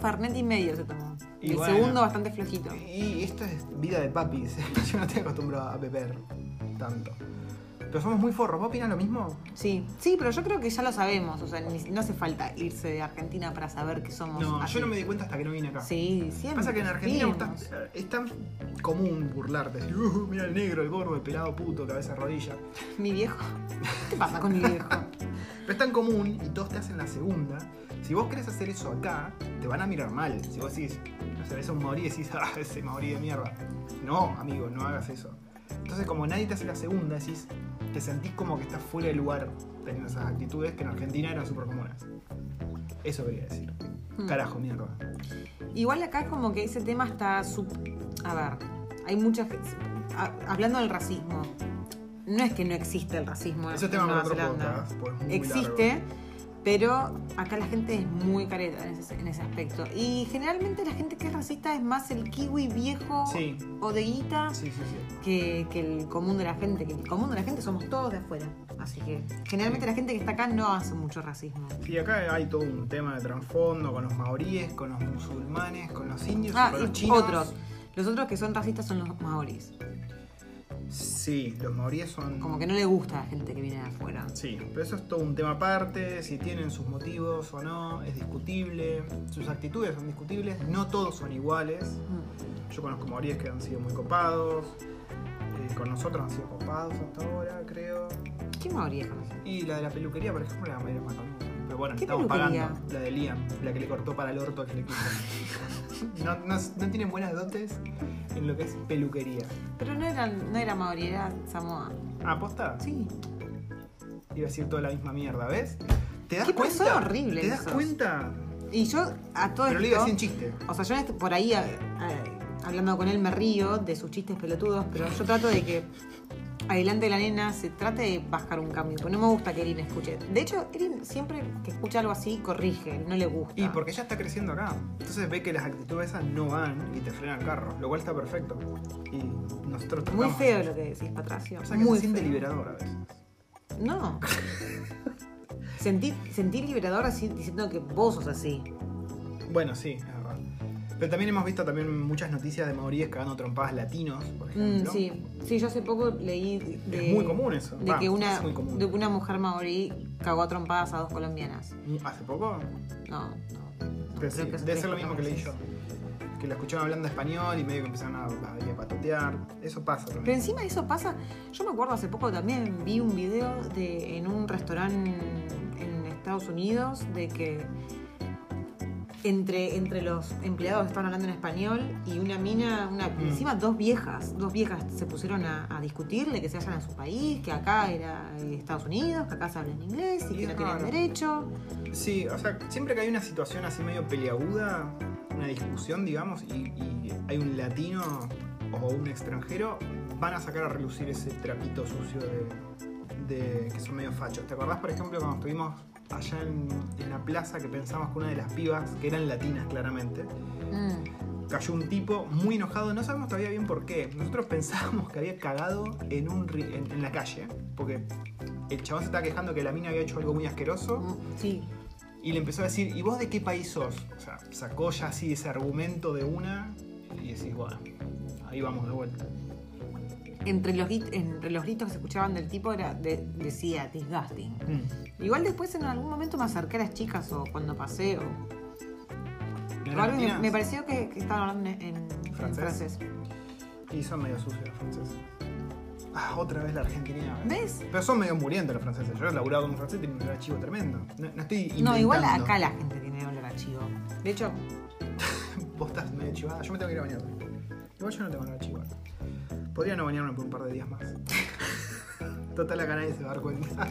[SPEAKER 2] Fernet y medio se tomó.
[SPEAKER 1] Y
[SPEAKER 2] el
[SPEAKER 1] bueno.
[SPEAKER 2] segundo bastante flojito.
[SPEAKER 1] Y esto es vida de papis. Yo no estoy acostumbrado a beber tanto. Pero somos muy forros. ¿Vos opinas lo mismo?
[SPEAKER 2] Sí, sí, pero yo creo que ya lo sabemos. O sea, ni- no hace falta irse de Argentina para saber que somos. así.
[SPEAKER 1] Ah, yo no me di cuenta hasta que no vine acá.
[SPEAKER 2] Sí, siempre.
[SPEAKER 1] Pasa que en Argentina vos
[SPEAKER 2] supimos.
[SPEAKER 1] estás- eh, es tan común burlarte. decir, "Uh, mira el negro, el gordo, el pelado puto, cabeza rodilla.
[SPEAKER 2] Mi viejo. ¿Qué pasa con mi viejo?
[SPEAKER 1] Pero es tan común y todos te hacen la segunda. Si vos querés hacer eso acá, te van a mirar mal. Si vos decís, no sé, ves a un maorí y decís, ah, ese maorí de mierda. No, amigo, no hagas eso. Entonces, como nadie te hace la segunda, decís, te sentís como que estás fuera de lugar teniendo esas actitudes que en Argentina eran súper comunes. Eso quería decir.
[SPEAKER 2] Hmm.
[SPEAKER 1] Carajo, mierda.
[SPEAKER 2] Igual acá es como que ese tema está sub... A ver, hay mucha gente... a- hablando del racismo, no es que no existe el racismo en-
[SPEAKER 1] Ese
[SPEAKER 2] en
[SPEAKER 1] tema para
[SPEAKER 2] Nueva
[SPEAKER 1] otro
[SPEAKER 2] Zelanda.
[SPEAKER 1] podcast, porque es muy
[SPEAKER 2] existe,
[SPEAKER 1] largo.
[SPEAKER 2] pero acá la gente es muy careta en ese, en ese aspecto. Y generalmente la gente que es racista es más el kiwi viejo
[SPEAKER 1] Sí.
[SPEAKER 2] o de guita
[SPEAKER 1] Sí, sí, sí.
[SPEAKER 2] que, que el común de la gente. Que el común de la gente somos todos de afuera. Así que generalmente la gente que está acá no hace mucho racismo.
[SPEAKER 1] Y acá hay todo un tema de trasfondo con los maoríes, con los musulmanes, con los indios,
[SPEAKER 2] Ah,
[SPEAKER 1] con
[SPEAKER 2] y
[SPEAKER 1] los chinos.
[SPEAKER 2] otros. Los otros que son racistas son los maoris.
[SPEAKER 1] Sí, los maoríes son.
[SPEAKER 2] Como que no le gusta a la gente que viene de afuera.
[SPEAKER 1] Sí, pero eso es todo un tema aparte, si tienen sus motivos o no, es discutible, sus actitudes son discutibles, no todos son iguales.
[SPEAKER 2] Mm.
[SPEAKER 1] Yo conozco maoríes que han sido muy copados, eh, con nosotros han sido copados hasta ahora, creo.
[SPEAKER 2] ¿Qué maorí conoces?
[SPEAKER 1] Y la de la peluquería, por ejemplo, la mayoría más conocida. Pero bueno,
[SPEAKER 2] ¿Qué
[SPEAKER 1] estamos
[SPEAKER 2] peluquería?
[SPEAKER 1] pagando la de Liam, la que le cortó para el orto que le quiso. no, no, no tienen buenas dotes en lo que es peluquería.
[SPEAKER 2] Pero no era, no era maorí, era Samoa.
[SPEAKER 1] Ah, ¿posta?
[SPEAKER 2] Sí.
[SPEAKER 1] Iba a decir toda la misma mierda, ¿ves? ¿Te das
[SPEAKER 2] Qué
[SPEAKER 1] cuenta?
[SPEAKER 2] persona horrible
[SPEAKER 1] ¿Te das
[SPEAKER 2] que sos.
[SPEAKER 1] cuenta?
[SPEAKER 2] Y yo a todo
[SPEAKER 1] Pero le iba
[SPEAKER 2] esto.
[SPEAKER 1] sin chiste.
[SPEAKER 2] O sea, yo en este- por ahí a- a- hablando con él me río de sus chistes pelotudos, pero yo trato de que adelante la nena se trate de bajar un cambio. Porque no me gusta que Erin escuche. De hecho, Erin siempre que escucha algo así corrige, no le gusta.
[SPEAKER 1] Y porque ella está creciendo acá. Entonces ve que las actitudes esas no van y te frenan el carro, lo cual está perfecto. Y nosotros tratamos.
[SPEAKER 2] Muy feo lo que decís, Patracio.
[SPEAKER 1] O sea que
[SPEAKER 2] Muy
[SPEAKER 1] se siente
[SPEAKER 2] feo.
[SPEAKER 1] liberador a veces.
[SPEAKER 2] No. Sentí, sentí liberador así diciendo que vos sos así.
[SPEAKER 1] Bueno, sí, es verdad. Pero también hemos visto también muchas noticias de maoríes cagando trompadas latinos, por
[SPEAKER 2] Mm,
[SPEAKER 1] ejemplo.
[SPEAKER 2] sí, sí, yo hace poco leí de,
[SPEAKER 1] Es muy común eso.
[SPEAKER 2] de
[SPEAKER 1] Va,
[SPEAKER 2] que una,
[SPEAKER 1] es muy común.
[SPEAKER 2] de que una mujer maorí cagó a trompadas a dos colombianas.
[SPEAKER 1] ¿Hace poco?
[SPEAKER 2] No, no, no,
[SPEAKER 1] Pero
[SPEAKER 2] creo
[SPEAKER 1] sí,
[SPEAKER 2] que
[SPEAKER 1] debe
[SPEAKER 2] son tres
[SPEAKER 1] ser lo mismo que leí yo.
[SPEAKER 2] colombianas.
[SPEAKER 1] Que la escuchaban hablando español y medio que empezaron a, a, a patotear. Eso pasa también.
[SPEAKER 2] Pero encima eso pasa. Yo me acuerdo hace poco también vi un video de en un restaurante en Estados Unidos de que entre, entre los empleados estaban hablando en español y una mina, una,
[SPEAKER 1] Mm.
[SPEAKER 2] encima dos viejas, dos viejas se pusieron a, a discutirle que se vayan a su país, que acá era eh, Estados Unidos, que acá se habla en inglés y
[SPEAKER 1] Y
[SPEAKER 2] que
[SPEAKER 1] es
[SPEAKER 2] no tienen
[SPEAKER 1] raro.
[SPEAKER 2] derecho.
[SPEAKER 1] Sí, o sea, siempre que hay una situación así medio peleaguda, una discusión, digamos, y, y hay un latino o un extranjero, van a sacar a relucir ese trapito sucio de, de que son medio fachos. ¿Te acordás, por ejemplo, cuando estuvimos allá en, en la plaza que pensamos que una de las pibas, que eran latinas claramente,
[SPEAKER 2] Mm.
[SPEAKER 1] cayó un tipo muy enojado, no sabemos todavía bien por qué. Nosotros pensábamos que había cagado en, un, ri- en, en la calle, porque el chabón se estaba quejando que la mina había hecho algo muy asqueroso.
[SPEAKER 2] Mm, Sí.
[SPEAKER 1] Y le empezó a decir, ¿y vos de qué país sos? O sea, sacó ya así ese argumento de una y decís, bueno, ahí vamos de vuelta.
[SPEAKER 2] Entre los, grit- entre los gritos que se escuchaban del tipo era de- decía disgusting. Igual después en algún momento me acerqué a las chicas o cuando pasé o...
[SPEAKER 1] ¿No
[SPEAKER 2] o
[SPEAKER 1] eran
[SPEAKER 2] algo y me,
[SPEAKER 1] latinas?
[SPEAKER 2] me pareció que, que estaban hablando en, en
[SPEAKER 1] ¿Francés?
[SPEAKER 2] francés.
[SPEAKER 1] Y son medio sucios los franceses. Ah, otra vez la argentina. ¿eh?
[SPEAKER 2] ¿Ves?
[SPEAKER 1] Pero son medio murientes los franceses. Yo he laburado con un francés y tenía un archivo tremendo. No, no estoy
[SPEAKER 2] No, igual
[SPEAKER 1] inventando.
[SPEAKER 2] acá la gente tiene olor a chivo. De hecho,
[SPEAKER 1] Vos estás medio chivada. Yo me tengo que ir a bañar. Igual yo no tengo nada chivar. Podría no bañarme por un par de días más. Total, acá nadie se va a dar cuenta.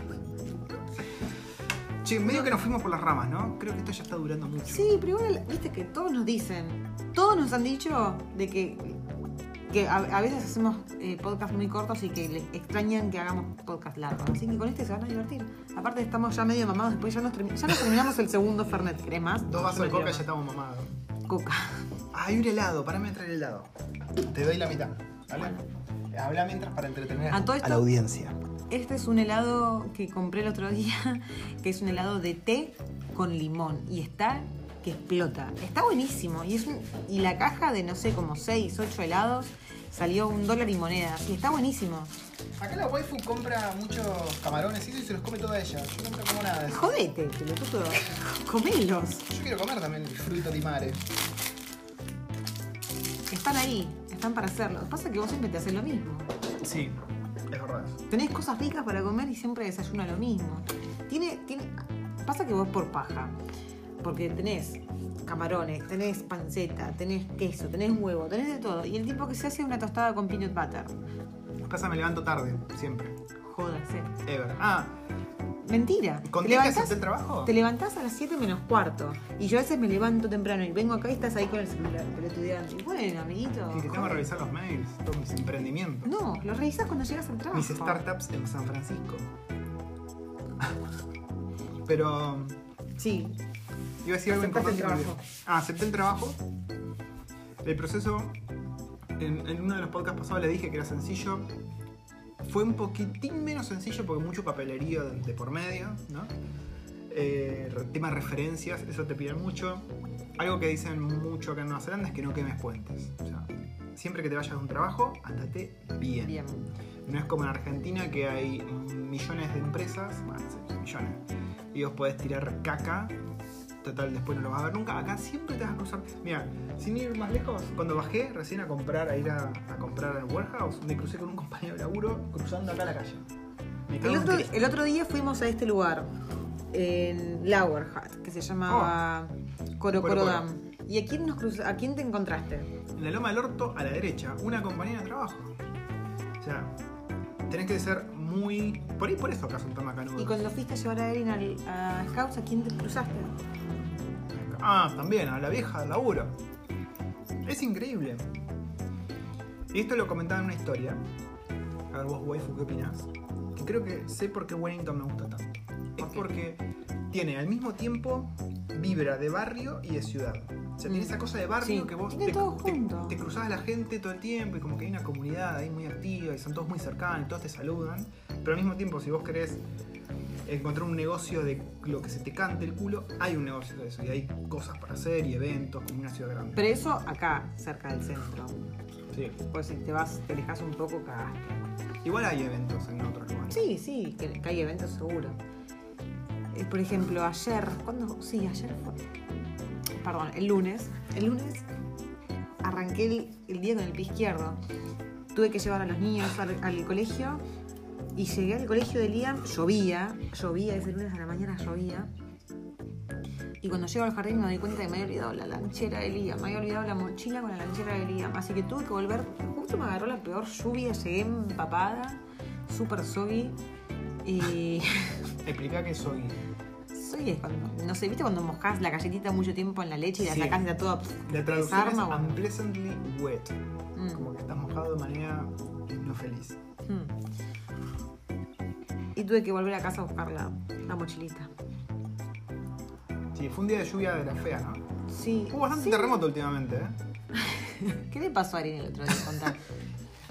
[SPEAKER 1] che, medio que nos fuimos por las ramas, ¿no? Creo que esto ya está durando mucho.
[SPEAKER 2] sí, pero igual, viste que todos nos dicen, todos nos han dicho de que, que a, a veces hacemos eh, podcasts muy cortos y que les extrañan que hagamos podcasts largos. Así que con este se van a divertir. Aparte estamos ya medio mamados, después ya nos, termi- ya nos terminamos el segundo Fernet. ¿Querés más?
[SPEAKER 1] Dos vasos de coca y ya
[SPEAKER 2] está.
[SPEAKER 1] estamos mamados.
[SPEAKER 2] Coca.
[SPEAKER 1] Ah, hay un helado. Parame a traer helado. Te doy la mitad. ¿Vale? Habla mientras para entretener
[SPEAKER 2] A todo esto-
[SPEAKER 1] la audiencia.
[SPEAKER 2] Este es un helado que compré el otro día, que es un helado de té con limón y está que explota. Está buenísimo y es un- y la caja de no sé como 6, 8 helados salió un dólar y moneda y está buenísimo.
[SPEAKER 1] Acá la waifu compra muchos camarones y eso y se los come toda ella. Yo nunca como nada de eso.
[SPEAKER 2] Jodete, pelotudo. Comelos.
[SPEAKER 1] Yo quiero comer también el fruto timare.
[SPEAKER 2] Están ahí, están para hacerlo. Lo que Pasa es que vos siempre te haces lo mismo.
[SPEAKER 1] Sí, es verdad.
[SPEAKER 2] Tenés cosas ricas para comer y siempre desayuna lo mismo. Tiene, tiene. Pasa que vos por paja. Porque tenés camarones, tenés panceta, tenés queso, tenés huevo, tenés de todo. Y el tipo que se hace una tostada con peanut butter.
[SPEAKER 1] Pasa, me levanto tarde, siempre.
[SPEAKER 2] Jódase.
[SPEAKER 1] Ever. Ah,
[SPEAKER 2] Mentira.
[SPEAKER 1] ¿Con
[SPEAKER 2] Te
[SPEAKER 1] qué
[SPEAKER 2] levantás-
[SPEAKER 1] haces el trabajo?
[SPEAKER 2] Te levantás a las 7 menos cuarto. Y yo a veces me levanto temprano y vengo acá y estás ahí con el celular, pelotudeando. Y bueno, amiguito.
[SPEAKER 1] Sí, que tengo que revisar los mails, todos mis emprendimientos,
[SPEAKER 2] No, lo revisas cuando llegas al trabajo.
[SPEAKER 1] mis startups en San Francisco. Pero
[SPEAKER 2] Sí.
[SPEAKER 1] Iba a decir algo
[SPEAKER 2] Aceptaste
[SPEAKER 1] importante.
[SPEAKER 2] el
[SPEAKER 1] pero- Ah, acepté el trabajo. El proceso, en, en uno de los podcasts pasados le dije que era sencillo. Fue un poquitín menos sencillo porque mucho papelerío de, de por medio, ¿no? Eh, re- tema referencias, eso te piden mucho. Algo que dicen mucho acá en Nueva Zelanda es que no quemes puentes. O sea, siempre que te vayas de un trabajo, andate bien.
[SPEAKER 2] Bien.
[SPEAKER 1] No es como en Argentina que hay millones de empresas, bueno, sí, millones, y vos podés tirar caca, total después no lo vas a ver nunca. Acá siempre te vas a cruzar. Mira, sin ir más lejos, cuando bajé recién a comprar, a ir a, a comprar al warehouse, me crucé con un compañero de laburo cruzando acá la calle. Me cago
[SPEAKER 2] El
[SPEAKER 1] en
[SPEAKER 2] otro,
[SPEAKER 1] Cristo.
[SPEAKER 2] el otro día fuimos a este lugar, en Lower Hat, que se llamaba Coro
[SPEAKER 1] Oh. Coro
[SPEAKER 2] Coro
[SPEAKER 1] Coro.
[SPEAKER 2] Dam. ¿Y a quién, nos cruz- a quién te encontraste?
[SPEAKER 1] En la loma del orto, a la derecha, una compañera de trabajo. O sea, tenés que ser muy. Por ahí por eso acá son tan macanudos.
[SPEAKER 2] Y cuando fuiste a llevar a Erin al- a Scouts, ¿a quién te cruzaste?
[SPEAKER 1] Ah, también, a la vieja, al laburo. Es increíble. Y esto lo comentaba en una historia. A ver, vos, waifu, ¿qué opinás? Que creo que sé por qué Wellington me gusta tanto. Es
[SPEAKER 2] ¿Por qué?
[SPEAKER 1] porque tiene al mismo tiempo vibra de barrio y de ciudad. O sea, tiene
[SPEAKER 2] Mm.
[SPEAKER 1] esa cosa de barrio
[SPEAKER 2] Sí,
[SPEAKER 1] Ah, que vos
[SPEAKER 2] tiene
[SPEAKER 1] te,
[SPEAKER 2] todo
[SPEAKER 1] te-
[SPEAKER 2] junto.
[SPEAKER 1] te cruzás a la gente todo el tiempo y como que hay una comunidad ahí muy activa y son todos muy cercanos, todos te saludan. Pero al mismo tiempo, si vos querés encontrar un negocio de lo que se te cante el culo, hay un negocio de eso y hay cosas para hacer y eventos como una ciudad grande.
[SPEAKER 2] Pero eso acá, cerca del centro.
[SPEAKER 1] Sí.
[SPEAKER 2] Pues si te vas, te alejas un poco, cagaste.
[SPEAKER 1] Igual hay eventos en otros lugares.
[SPEAKER 2] Sí, sí, que, que hay eventos seguro. Eh, Por ejemplo, ayer, ¿cuándo? Sí, ayer fue. Perdón, el lunes. El lunes arranqué el, el día con el pie izquierdo. Tuve que llevar a los niños al, al colegio y llegué al colegio de Liam, llovía, llovía, ese lunes a la mañana llovía. Y cuando llego al jardín me doy cuenta que me había olvidado la lanchera de Liam, me había olvidado la mochila con la lanchera de Liam, así que tuve que volver, justo me agarró la peor lluvia, llegué empapada, súper soggy, y
[SPEAKER 1] Explica que soy.
[SPEAKER 2] soggy es cuando, no sé, ¿viste cuando mojás la galletita mucho tiempo en la leche y la
[SPEAKER 1] Sí.
[SPEAKER 2] sacás y está toda
[SPEAKER 1] La traducción es
[SPEAKER 2] desarma? bueno.
[SPEAKER 1] unpleasantly wet.
[SPEAKER 2] Mm.
[SPEAKER 1] Como que estás mojado de manera no feliz.
[SPEAKER 2] Mm. Y tuve que volver a casa a buscar la, la mochilita.
[SPEAKER 1] Sí, fue un día de lluvia de la fea, ¿no?
[SPEAKER 2] Sí.
[SPEAKER 1] Hubo bastante
[SPEAKER 2] sí.
[SPEAKER 1] terremoto últimamente, ¿eh?
[SPEAKER 2] ¿Qué le pasó a Ariel el otro día? Contá.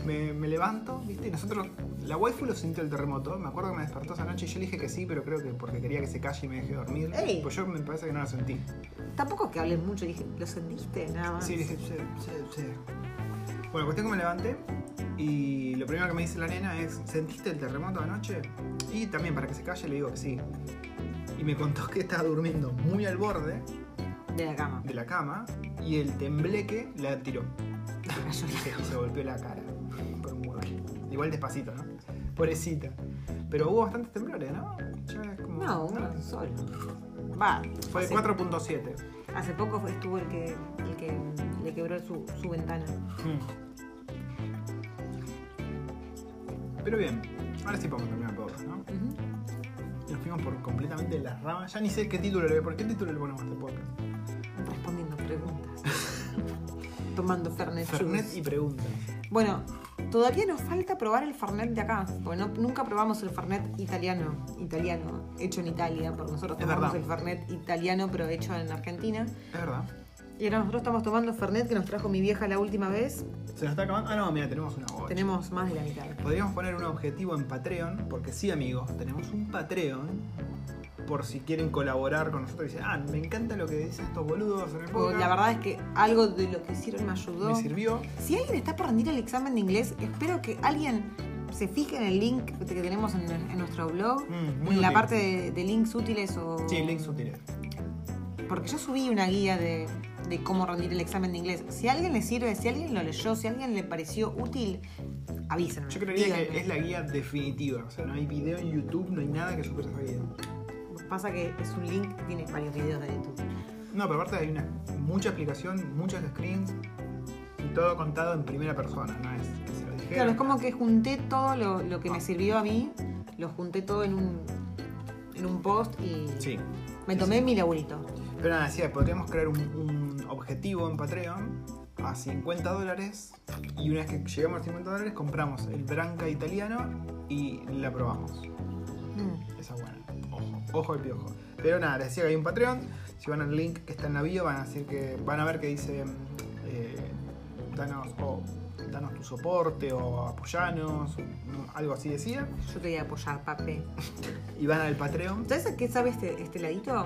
[SPEAKER 1] Me, me levanto, ¿viste? Y Nosotros, la waifu lo sintió el terremoto. Me acuerdo que me despertó esa noche y yo le dije que sí, pero creo que porque quería que se calle y me dejé dormir.
[SPEAKER 2] Ey.
[SPEAKER 1] Pues yo me parece que no lo sentí.
[SPEAKER 2] Tampoco es que hables mucho, dije, ¿lo sentiste? Nada más.
[SPEAKER 1] Sí, dije, sí, sí, sí. Bueno, cuestión que me levanté y lo primero que me dice la nena es, ¿sentiste el terremoto anoche? Y también para que se calle le digo que sí. Y me contó que estaba durmiendo muy al borde
[SPEAKER 2] De la cama.
[SPEAKER 1] de la cama y el tembleque la tiró
[SPEAKER 2] Me cayó
[SPEAKER 1] y
[SPEAKER 2] la-
[SPEAKER 1] se, y se golpeó la cara por un mueble. Igual despacito, ¿no? Pobrecita. Pero hubo bastantes temblores, ¿no? Ya es como- Ah,
[SPEAKER 2] No, uno solo. Va.
[SPEAKER 1] Fue de
[SPEAKER 2] hace-
[SPEAKER 1] 4.7.
[SPEAKER 2] Hace poco fue- estuvo el que, el que le quebró su, su ventana.
[SPEAKER 1] Hmm. Pero bien, ahora sí podemos terminar el podcast, ¿no?
[SPEAKER 2] Ujú.
[SPEAKER 1] Nos fuimos por completamente las ramas. Ya ni sé qué título le voy a- ¿Por qué título le ponemos a este podcast?
[SPEAKER 2] Respondiendo preguntas. Tomando Fernet.
[SPEAKER 1] Fernet
[SPEAKER 2] Juice.
[SPEAKER 1] y preguntas.
[SPEAKER 2] Bueno, todavía nos falta probar el Fernet de acá. Porque no- nunca probamos el Fernet italiano. Italiano, hecho en Italia. Porque nosotros
[SPEAKER 1] Es
[SPEAKER 2] tomamos
[SPEAKER 1] verdad.
[SPEAKER 2] el Fernet italiano, pero hecho en Argentina.
[SPEAKER 1] Es verdad.
[SPEAKER 2] Y ahora nosotros estamos tomando Fernet que nos trajo mi vieja la última vez.
[SPEAKER 1] Se nos está acabando. Ah, no, mira, tenemos una bocha.
[SPEAKER 2] Tenemos más de la mitad.
[SPEAKER 1] Podríamos poner un objetivo en Patreon, porque sí, amigos, tenemos un Patreon. Por si quieren colaborar con nosotros y dicen, ah, me encanta lo que dicen estos boludos en el
[SPEAKER 2] Porque
[SPEAKER 1] podcast.
[SPEAKER 2] La verdad es que algo de lo que hicieron me ayudó.
[SPEAKER 1] me sirvió.
[SPEAKER 2] Si alguien está por rendir el examen de inglés, espero que alguien se fije en el link que tenemos en, en nuestro blog,
[SPEAKER 1] Mm, muy
[SPEAKER 2] en la
[SPEAKER 1] útil.
[SPEAKER 2] parte de, de links útiles o...
[SPEAKER 1] Sí, links útiles.
[SPEAKER 2] Porque yo subí una guía de, de cómo rendir el examen de inglés. Si a alguien le sirve, si alguien lo leyó, si a alguien le pareció útil, avísenme.
[SPEAKER 1] Yo creería
[SPEAKER 2] díganme.
[SPEAKER 1] que es la guía definitiva. O sea, no hay video en YouTube, no hay nada que supere esa guía.
[SPEAKER 2] Pasa que es un link que tiene varios videos de YouTube.
[SPEAKER 1] No, pero aparte hay una, mucha explicación, muchos screens y todo contado en primera persona, ¿no? Es que se lo dijeron. Ah.
[SPEAKER 2] Claro, es como que junté todo lo, lo que me sirvió a mí, lo junté todo en un, en un post y
[SPEAKER 1] Sí.
[SPEAKER 2] me tomé mi laburito.
[SPEAKER 1] Pero nada, decía, podríamos crear un, un objetivo en Patreon a 50 dólares y una vez que lleguemos a 50 dólares compramos el branca italiano y la probamos.
[SPEAKER 2] Mm.
[SPEAKER 1] Esa es buena. Ojo, ojo el piojo. Pero nada, les decía que hay un Patreon. Si van al link que está en la bio, van a decir que van a ver que dice eh, danos o danos tu soporte o apoyanos, o, no, algo así decía.
[SPEAKER 2] Yo te voy a apoyar, papé.
[SPEAKER 1] Y van al Patreon
[SPEAKER 2] ¿Sabes a qué sabe este, este ladito?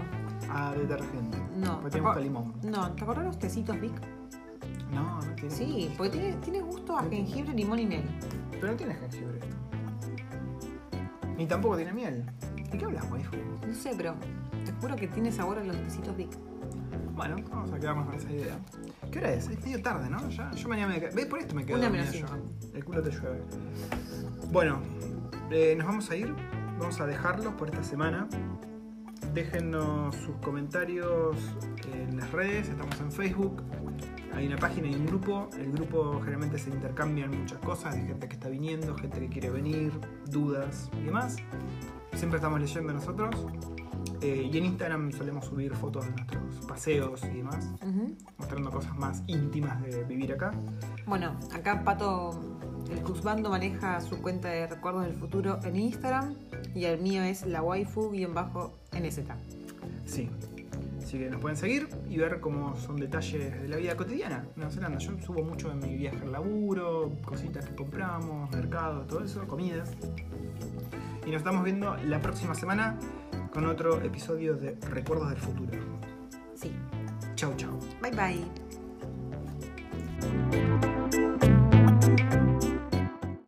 [SPEAKER 1] a detergente.
[SPEAKER 2] No. Ah.
[SPEAKER 1] Patreon limón.
[SPEAKER 2] No, ¿te acordás los tecitos Vic?
[SPEAKER 1] No, no tiene.
[SPEAKER 2] Sí, porque tiene, tiene gusto a jengibre, limón y miel.
[SPEAKER 1] Pero no tiene jengibre esto. Ni tampoco tiene miel. ¿De qué hablas, waifu?
[SPEAKER 2] No sé, pero te juro que tiene sabor a los tecitos Vic.
[SPEAKER 1] Bueno, vamos a quedarnos con esa idea. ¿Qué hora es? Es medio tarde, ¿no? Ya, yo mañana me quedo. ¿Ves? Por esto me quedo.
[SPEAKER 2] Una
[SPEAKER 1] dormida
[SPEAKER 2] menos
[SPEAKER 1] yo. El culo te llueve. Bueno, eh, nos vamos a ir. Vamos a dejarlos por esta semana. Déjennos sus comentarios en las redes. Estamos en Facebook. Hay una página y un grupo. El grupo generalmente se intercambian muchas cosas. De gente que está viniendo, gente que quiere venir, dudas y demás. Siempre estamos leyendo nosotros. Eh, y en Instagram solemos subir fotos de nuestros paseos y demás,
[SPEAKER 2] Ujú.
[SPEAKER 1] mostrando cosas más íntimas de vivir acá.
[SPEAKER 2] Bueno, acá Pato, el Cusbando maneja su cuenta de recuerdos del futuro en Instagram y el mío es la waifu-nz.
[SPEAKER 1] Sí. Así que nos pueden seguir y ver cómo son detalles de la vida cotidiana en Nueva Zelanda. Yo subo mucho en mi viaje al laburo, cositas que compramos, mercados, todo eso, comidas. Y nos estamos viendo la próxima semana con otro episodio de Recuerdos del Futuro.
[SPEAKER 2] Sí.
[SPEAKER 1] Chau, chau.
[SPEAKER 2] Bye bye.